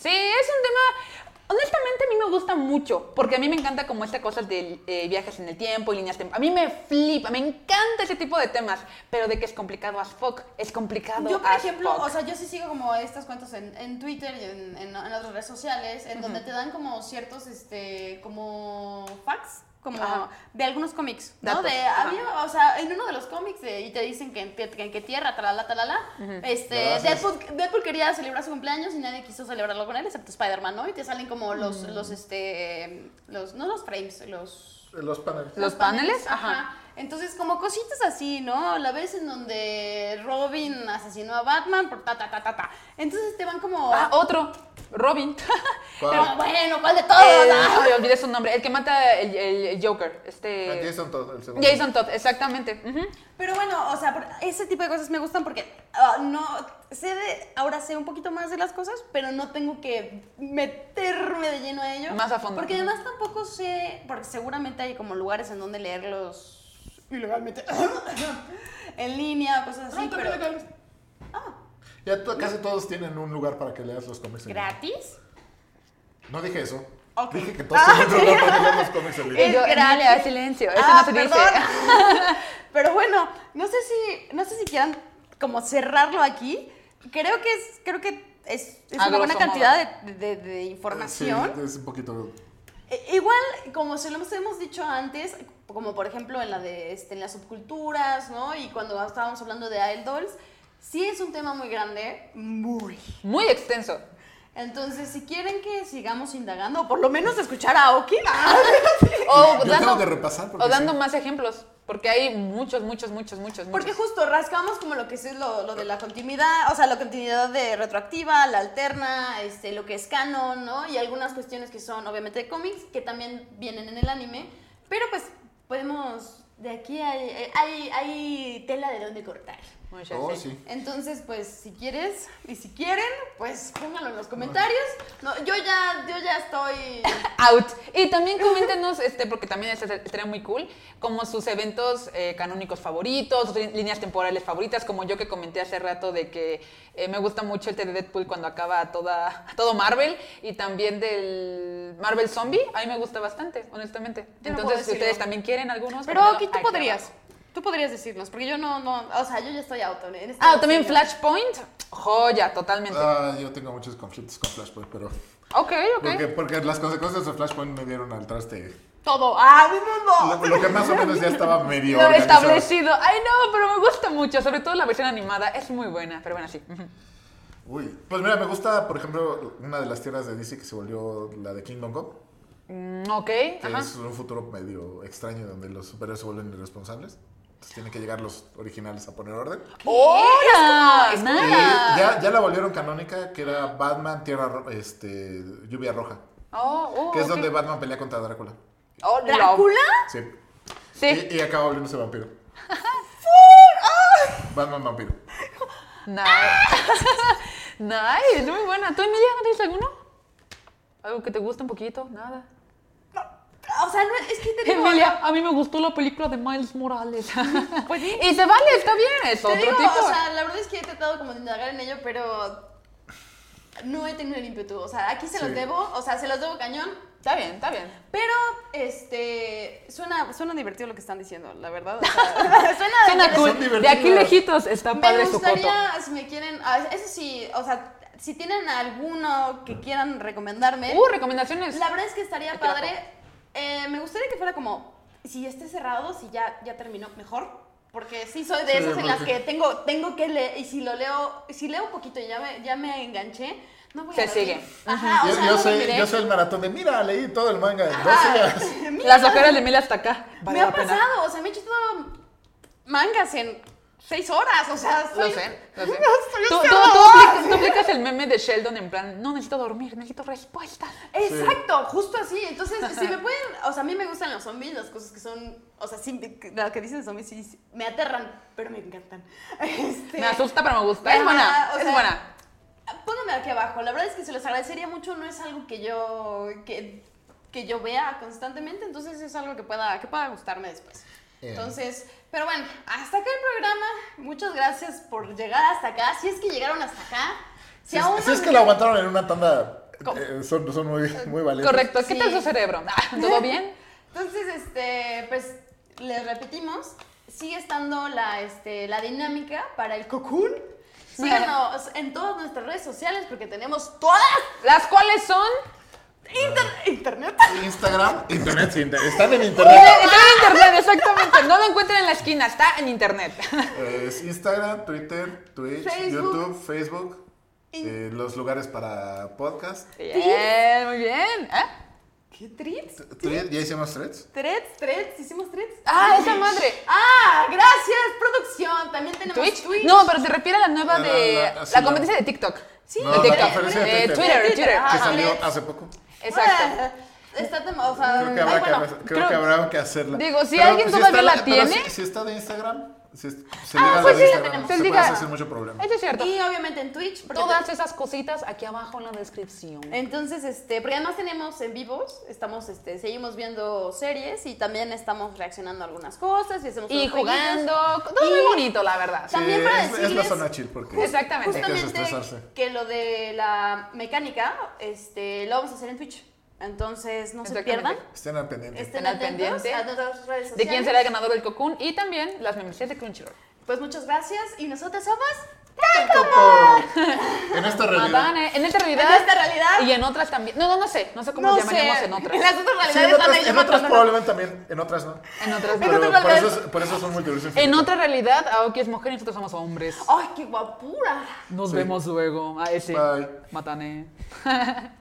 C: Sí, es un tema... Honestamente a mí me gusta mucho, porque a mí me encanta como esta cosa de eh, viajes en el tiempo y líneas temporales. A mí me flipa, me encanta ese tipo de temas, pero de que es complicado as fuck, es complicado
A: Yo, por
C: as
A: ejemplo,
C: fuck.
A: o sea, yo sí sigo como estas cuentas en, en Twitter y en, en- en otras redes sociales, en donde te dan como ciertos, este, como facts, como
C: Ajá.
A: de algunos cómics, ¿no?
C: Datos,
A: De,
C: ajá.
A: había, o sea, en uno de los cómics de- y te dicen que en, que- que en qué tierra, talala, talala, este,
B: Gracias.
A: Deadpool, Deadpool quería celebrar su cumpleaños y nadie quiso celebrarlo con él, excepto Spider-Man, ¿no? Y te salen como
C: Mm.
A: los, los, este, los, no los frames, los...
B: Los paneles.
C: Los paneles, ajá.
A: Entonces, como cositas así, ¿no? La vez en donde Robin asesinó a Batman por ta, ta, ta, ta, ta. Entonces te van como...
C: Ah, otro, Robin. *laughs*
A: Pero
B: ¿Cuál?
A: bueno, ¿cuál de
C: Eh,
A: todos? Ah.
C: ay, olvidé su nombre, el que mata el, el Joker,
B: Ah,
C: este...
B: Jason Todd, el segundo.
C: Jason Todd, exactamente. ujú.
A: Pero bueno, o sea, por- ese tipo de cosas me gustan porque ah, no... Sé de, ahora sé un poquito más de las cosas, pero no tengo que meterme de lleno a ello.
C: Más a fondo.
A: Porque además tampoco sé, porque seguramente hay como lugares en donde leerlos ilegalmente en línea, cosas así.
B: No, también
A: pero-
B: legales. Ah. Ya to- casi todos tienen un lugar para que leas los cómics en línea.
A: ¿Gratis?
B: No dije eso.
A: Ok.
B: Dije que todos
C: Ah,
B: tienen un lugar para que leas los cómics en línea.
A: Es
C: Y yo,
A: gratis.
C: Emilia, silencio, eso
A: Ah,
C: no se dice.
A: perdón. Pero bueno, no sé si, no sé si quieran como cerrarlo aquí. Creo que es, creo que es, es
C: A
A: una buena
C: grosso
A: cantidad de, de- de
B: Sí,
A: información.
B: es un poquito.
A: E- Igual, como se lo hemos dicho antes, como por ejemplo en la de este, en las subculturas, ¿no? Y cuando estábamos hablando de idols, sí es un tema muy grande, muy.
C: *laughs* Muy extenso.
A: Entonces, si quieren que sigamos indagando, o por lo menos escuchar a *laughs*
C: *laughs*
A: Oki,
C: O
B: Yo tengo que repasar porque
C: o dando
B: sí.
C: más ejemplos, porque hay muchos, muchos, muchos, muchos.
A: Porque
C: muchos.
A: justo rascamos como lo que es lo, lo de la continuidad, o sea, la continuidad de retroactiva, la alterna, este, lo que es canon, ¿no? Y algunas cuestiones que son obviamente de cómics, que también vienen en el anime, pero pues podemos, de aquí hay, hay, hay tela de dónde cortar.
C: Muchas,
B: Oh,
C: sí.
B: sí.
A: Entonces, pues si quieres y si quieren, pues pónganlo en los comentarios. No, yo ya, yo ya estoy...
C: Out. Y también coméntenos, este, porque también este- estaría muy cool, como sus eventos eh, canónicos favoritos, sus lí- líneas temporales favoritas, como yo que comenté hace rato de que eh, me gusta mucho el de Deadpool cuando acaba toda, todo Marvel y también del Marvel Zombie, a mí me gusta bastante, honestamente.
A: Yo no puedo
C: Entonces, si
A: decirlo.
C: ustedes también quieren
A: *coughs*
C: algunos...
A: Pero
C: pónganlo
A: Oki, tú
C: aquí
A: podrías,
C: abajo.
A: tú podrías decirnos, porque yo no, no, o sea, yo ya estoy auto. en este
C: Ah, también
A: momento.
C: Flashpoint, joya, totalmente.
B: Ah, yo tengo muchos conflictos con Flashpoint, pero.
C: ok, ok.
B: Porque, porque las consecuencias de Flashpoint me dieron al traste.
A: Todo. ¡Ah, mi mundo!
B: Lo, lo que más o menos ya
C: *laughs*
B: estaba medio.
C: Oh. Lo
B: organizado.
C: establecido. Ay, no, pero me gusta mucho. Sobre todo la versión animada. Es muy buena. Pero bueno, sí. Ujú.
B: Uy. Pues mira, me gusta, por ejemplo, una de las tierras de DC que se volvió la de Kingdom Come.
C: Mm, ok.
B: que
C: Ajá.
B: es un futuro medio extraño donde los superhéroes se vuelven irresponsables. Entonces tienen que llegar los originales a poner orden.
A: ¡Oh,
C: ¡Hora!
B: Y
C: Ah, ¡Nada!
B: ya, ya la volvieron canónica, que era Batman, Tierra Ro- este, Lluvia Roja,
C: Oh, oh,
B: que es
C: ok.
B: donde Batman pelea contra Drácula.
C: Oh, no.
A: ¿Drácula?
B: Sí.
C: Sí.
B: Y, y acaba volviéndose vampiro. Batman vampiro.
C: Nice. *laughs* nice. Muy buena. ¿Tú, Emilia, tienes alguno? Algo que te guste un poquito. Nada.
A: O sea, no, es que te digo,
C: Emilia, a mí me gustó la película de Miles Morales.
A: *laughs* Pues sí.
C: Y se vale, está bien. Es
A: te
C: otro
A: digo,
C: tipo.
A: o sea, la verdad es que he tratado como de indagar en ello, pero no he tenido el ímpetu. O sea, aquí se los
B: Sí.
A: debo, o sea, se los debo cañón,
C: Está bien, está bien.
A: pero este suena, suena divertido lo que están diciendo, la verdad. o
C: *laughs*
A: sea, suena,
B: Son
C: Suena cool. De aquí
B: divertidas.
C: lejitos está
A: Me
C: padre su foto.
A: gustaría, si me quieren, ah, eso sí, o sea, si tienen alguno que quieran recomendarme,
C: Uh, recomendaciones.
A: La verdad es que estaría
C: *laughs* Hay que la
A: padre. Eh, me gustaría que fuera como, si esté cerrado, si ya, ya terminó, mejor. Porque sí soy de
B: Sí,
A: esas en
B: porque-
A: las que tengo, tengo que leer, y si lo leo, si leo poquito y ya me, ya me enganché, no voy
C: Se
A: a dormir.
C: sigue. Ah,
A: Ajá, o
B: Yo,
A: sea,
B: yo
A: no
B: soy,
A: dormiré. *laughs*
B: yo soy el maratón de, mira, leí todo el manga en dos
A: Ajá.
B: días.
A: Mira,
C: Las ojeras de Mila hasta acá. *laughs* Vale
A: me ha
C: la pena.
A: pasado, o sea, me he hecho todo mangas en seis horas, o sea,
C: Lo
A: soy-
C: sé, lo
A: *laughs*
C: sé.
A: estoy
C: Tú, tú- tú
A: observadora.
C: aplicas, tú aplicas el meme de Sheldon en plan, no necesito dormir, necesito respuestas.
A: Exacto, justo así. Entonces, si me pueden, o sea, a mí me gustan los zombies, las cosas que son, o sea, sí, lo que dicen zombies sí, sí, me aterran, pero me encantan. *laughs* Este,
C: Me asusta, pero me gusta.
A: Ajá,
C: es buena,
A: o
C: es
A: sea,
C: buena.
A: Pónganme aquí abajo. La verdad es que se los agradecería mucho, no es algo que yo que, que yo vea constantemente, entonces es algo que pueda que pueda gustarme después.
B: Bien.
A: Entonces, pero bueno, hasta acá el programa. Muchas gracias por llegar hasta acá. Si es que llegaron hasta acá. Si,
B: Si, es-
A: aún
B: si
A: no-
B: es que lo aguantaron en una tanda
C: Co-
B: Eh, son, son muy, muy valientes.
C: Correcto. ¿Qué tal
A: Sí.
C: su cerebro? Ah,
A: *laughs*
C: ¿Todo bien?
A: Entonces, este, pues, les repetimos, sigue estando la, este, la dinámica para el cocoon. Síganos en todas nuestras redes sociales porque tenemos todas
C: Las cuales son.
A: inter- internet.
B: Instagram, internet, sí, inter- están
C: *laughs*
B: en
C: Está
B: internet.
A: ah.
C: en internet, exactamente. No lo encuentran en la esquina, está
A: *laughs*
C: en internet.
B: Es Instagram, Twitter, Twitch,
A: Facebook.
B: YouTube, Facebook,
A: Y-
B: eh, los lugares para podcast.
C: Bien, muy bien. ¿Eh?
A: ¿Qué treats?
B: Thread, ¿Ya hicimos threads?
A: ¿Threads? ¿Threads? ¿Hicimos threads?
C: Ah, esa madre.
A: ¡Ah! ¡Gracias, producción! También tenemos
C: ¿Twitch?
A: Twitch.
C: No, pero se refiere a la nueva
B: La-
C: de.
B: la-
C: La,
B: la- sí, la-
C: competencia de TikTok.
A: Sí,
B: No,
C: de
B: la
C: TikTok.
B: conferencia de
C: Eh,
B: Twitter.
C: Twitter, Twitter.
A: Ah,
B: que
A: ajá.
B: salió
A: threads.
B: hace poco.
C: Exacto.
A: Ah, *laughs* Está tema, o sea,
B: Creo que
A: ay,
B: habrá,
A: bueno,
B: que, hacer- creo que habrá que hacerla.
C: Digo, si alguien todavía
B: está
C: la
B: pero
C: tiene-
B: Si, si está de Instagram, si es- se
A: Ah,
B: liga a la
A: pues sí,
B: de
A: la
B: Instagram.
A: tenemos.
B: Se
C: Se
B: puede
C: liga.
B: hacer mucho problema.
C: Eso es cierto.
A: Y obviamente en Twitch. porque
C: Todas esas cositas aquí abajo en la descripción.
A: Entonces, este, porque además tenemos en vivos, estamos, este, seguimos viendo series y también estamos reaccionando a algunas cosas y hacemos
C: Y
A: unos jueguitos.
C: jugando. Todo muy bonito, la verdad.
A: Sí. también para
B: es, es la
A: decirles-
B: zona chill porque
C: Exactamente.
B: hay que
A: Justamente
B: desestresarse.
A: que lo de la mecánica, este, lo vamos a hacer en Twitch. Entonces, no se
C: Exactamente.
A: pierdan.
B: Estén al pendiente.
A: Estén
C: Estén al
A: atentos
C: pendiente
A: a nuestras redes sociales.
C: De quién será el ganador del cocoon y también las membresías de Crunchyroll.
A: Pues muchas gracias y nosotros somos
B: Coco. En esta realidad.
C: Madane, en esta realidad.
A: En esta realidad.
C: Y en otras también. No, no, no sé. No sé cómo
A: No
C: llamaríamos
A: sé,
C: en otras.
A: *laughs* las otras
B: Sí, en
A: realidades van a
B: otras,
A: ir
B: en otras
A: matándonos.
B: probablemente también, en otras no.
C: En otras no.
B: Pero
A: otras
B: por,
A: realidades.
B: eso, es- por eso son multiversos.
C: En
B: infinitos.
C: otra realidad, Aoki es mujer y nosotros somos hombres.
A: ¡Ay, qué guapura!
C: Nos
B: Sí.
C: vemos luego. A ese.
B: Bye.
C: Matane.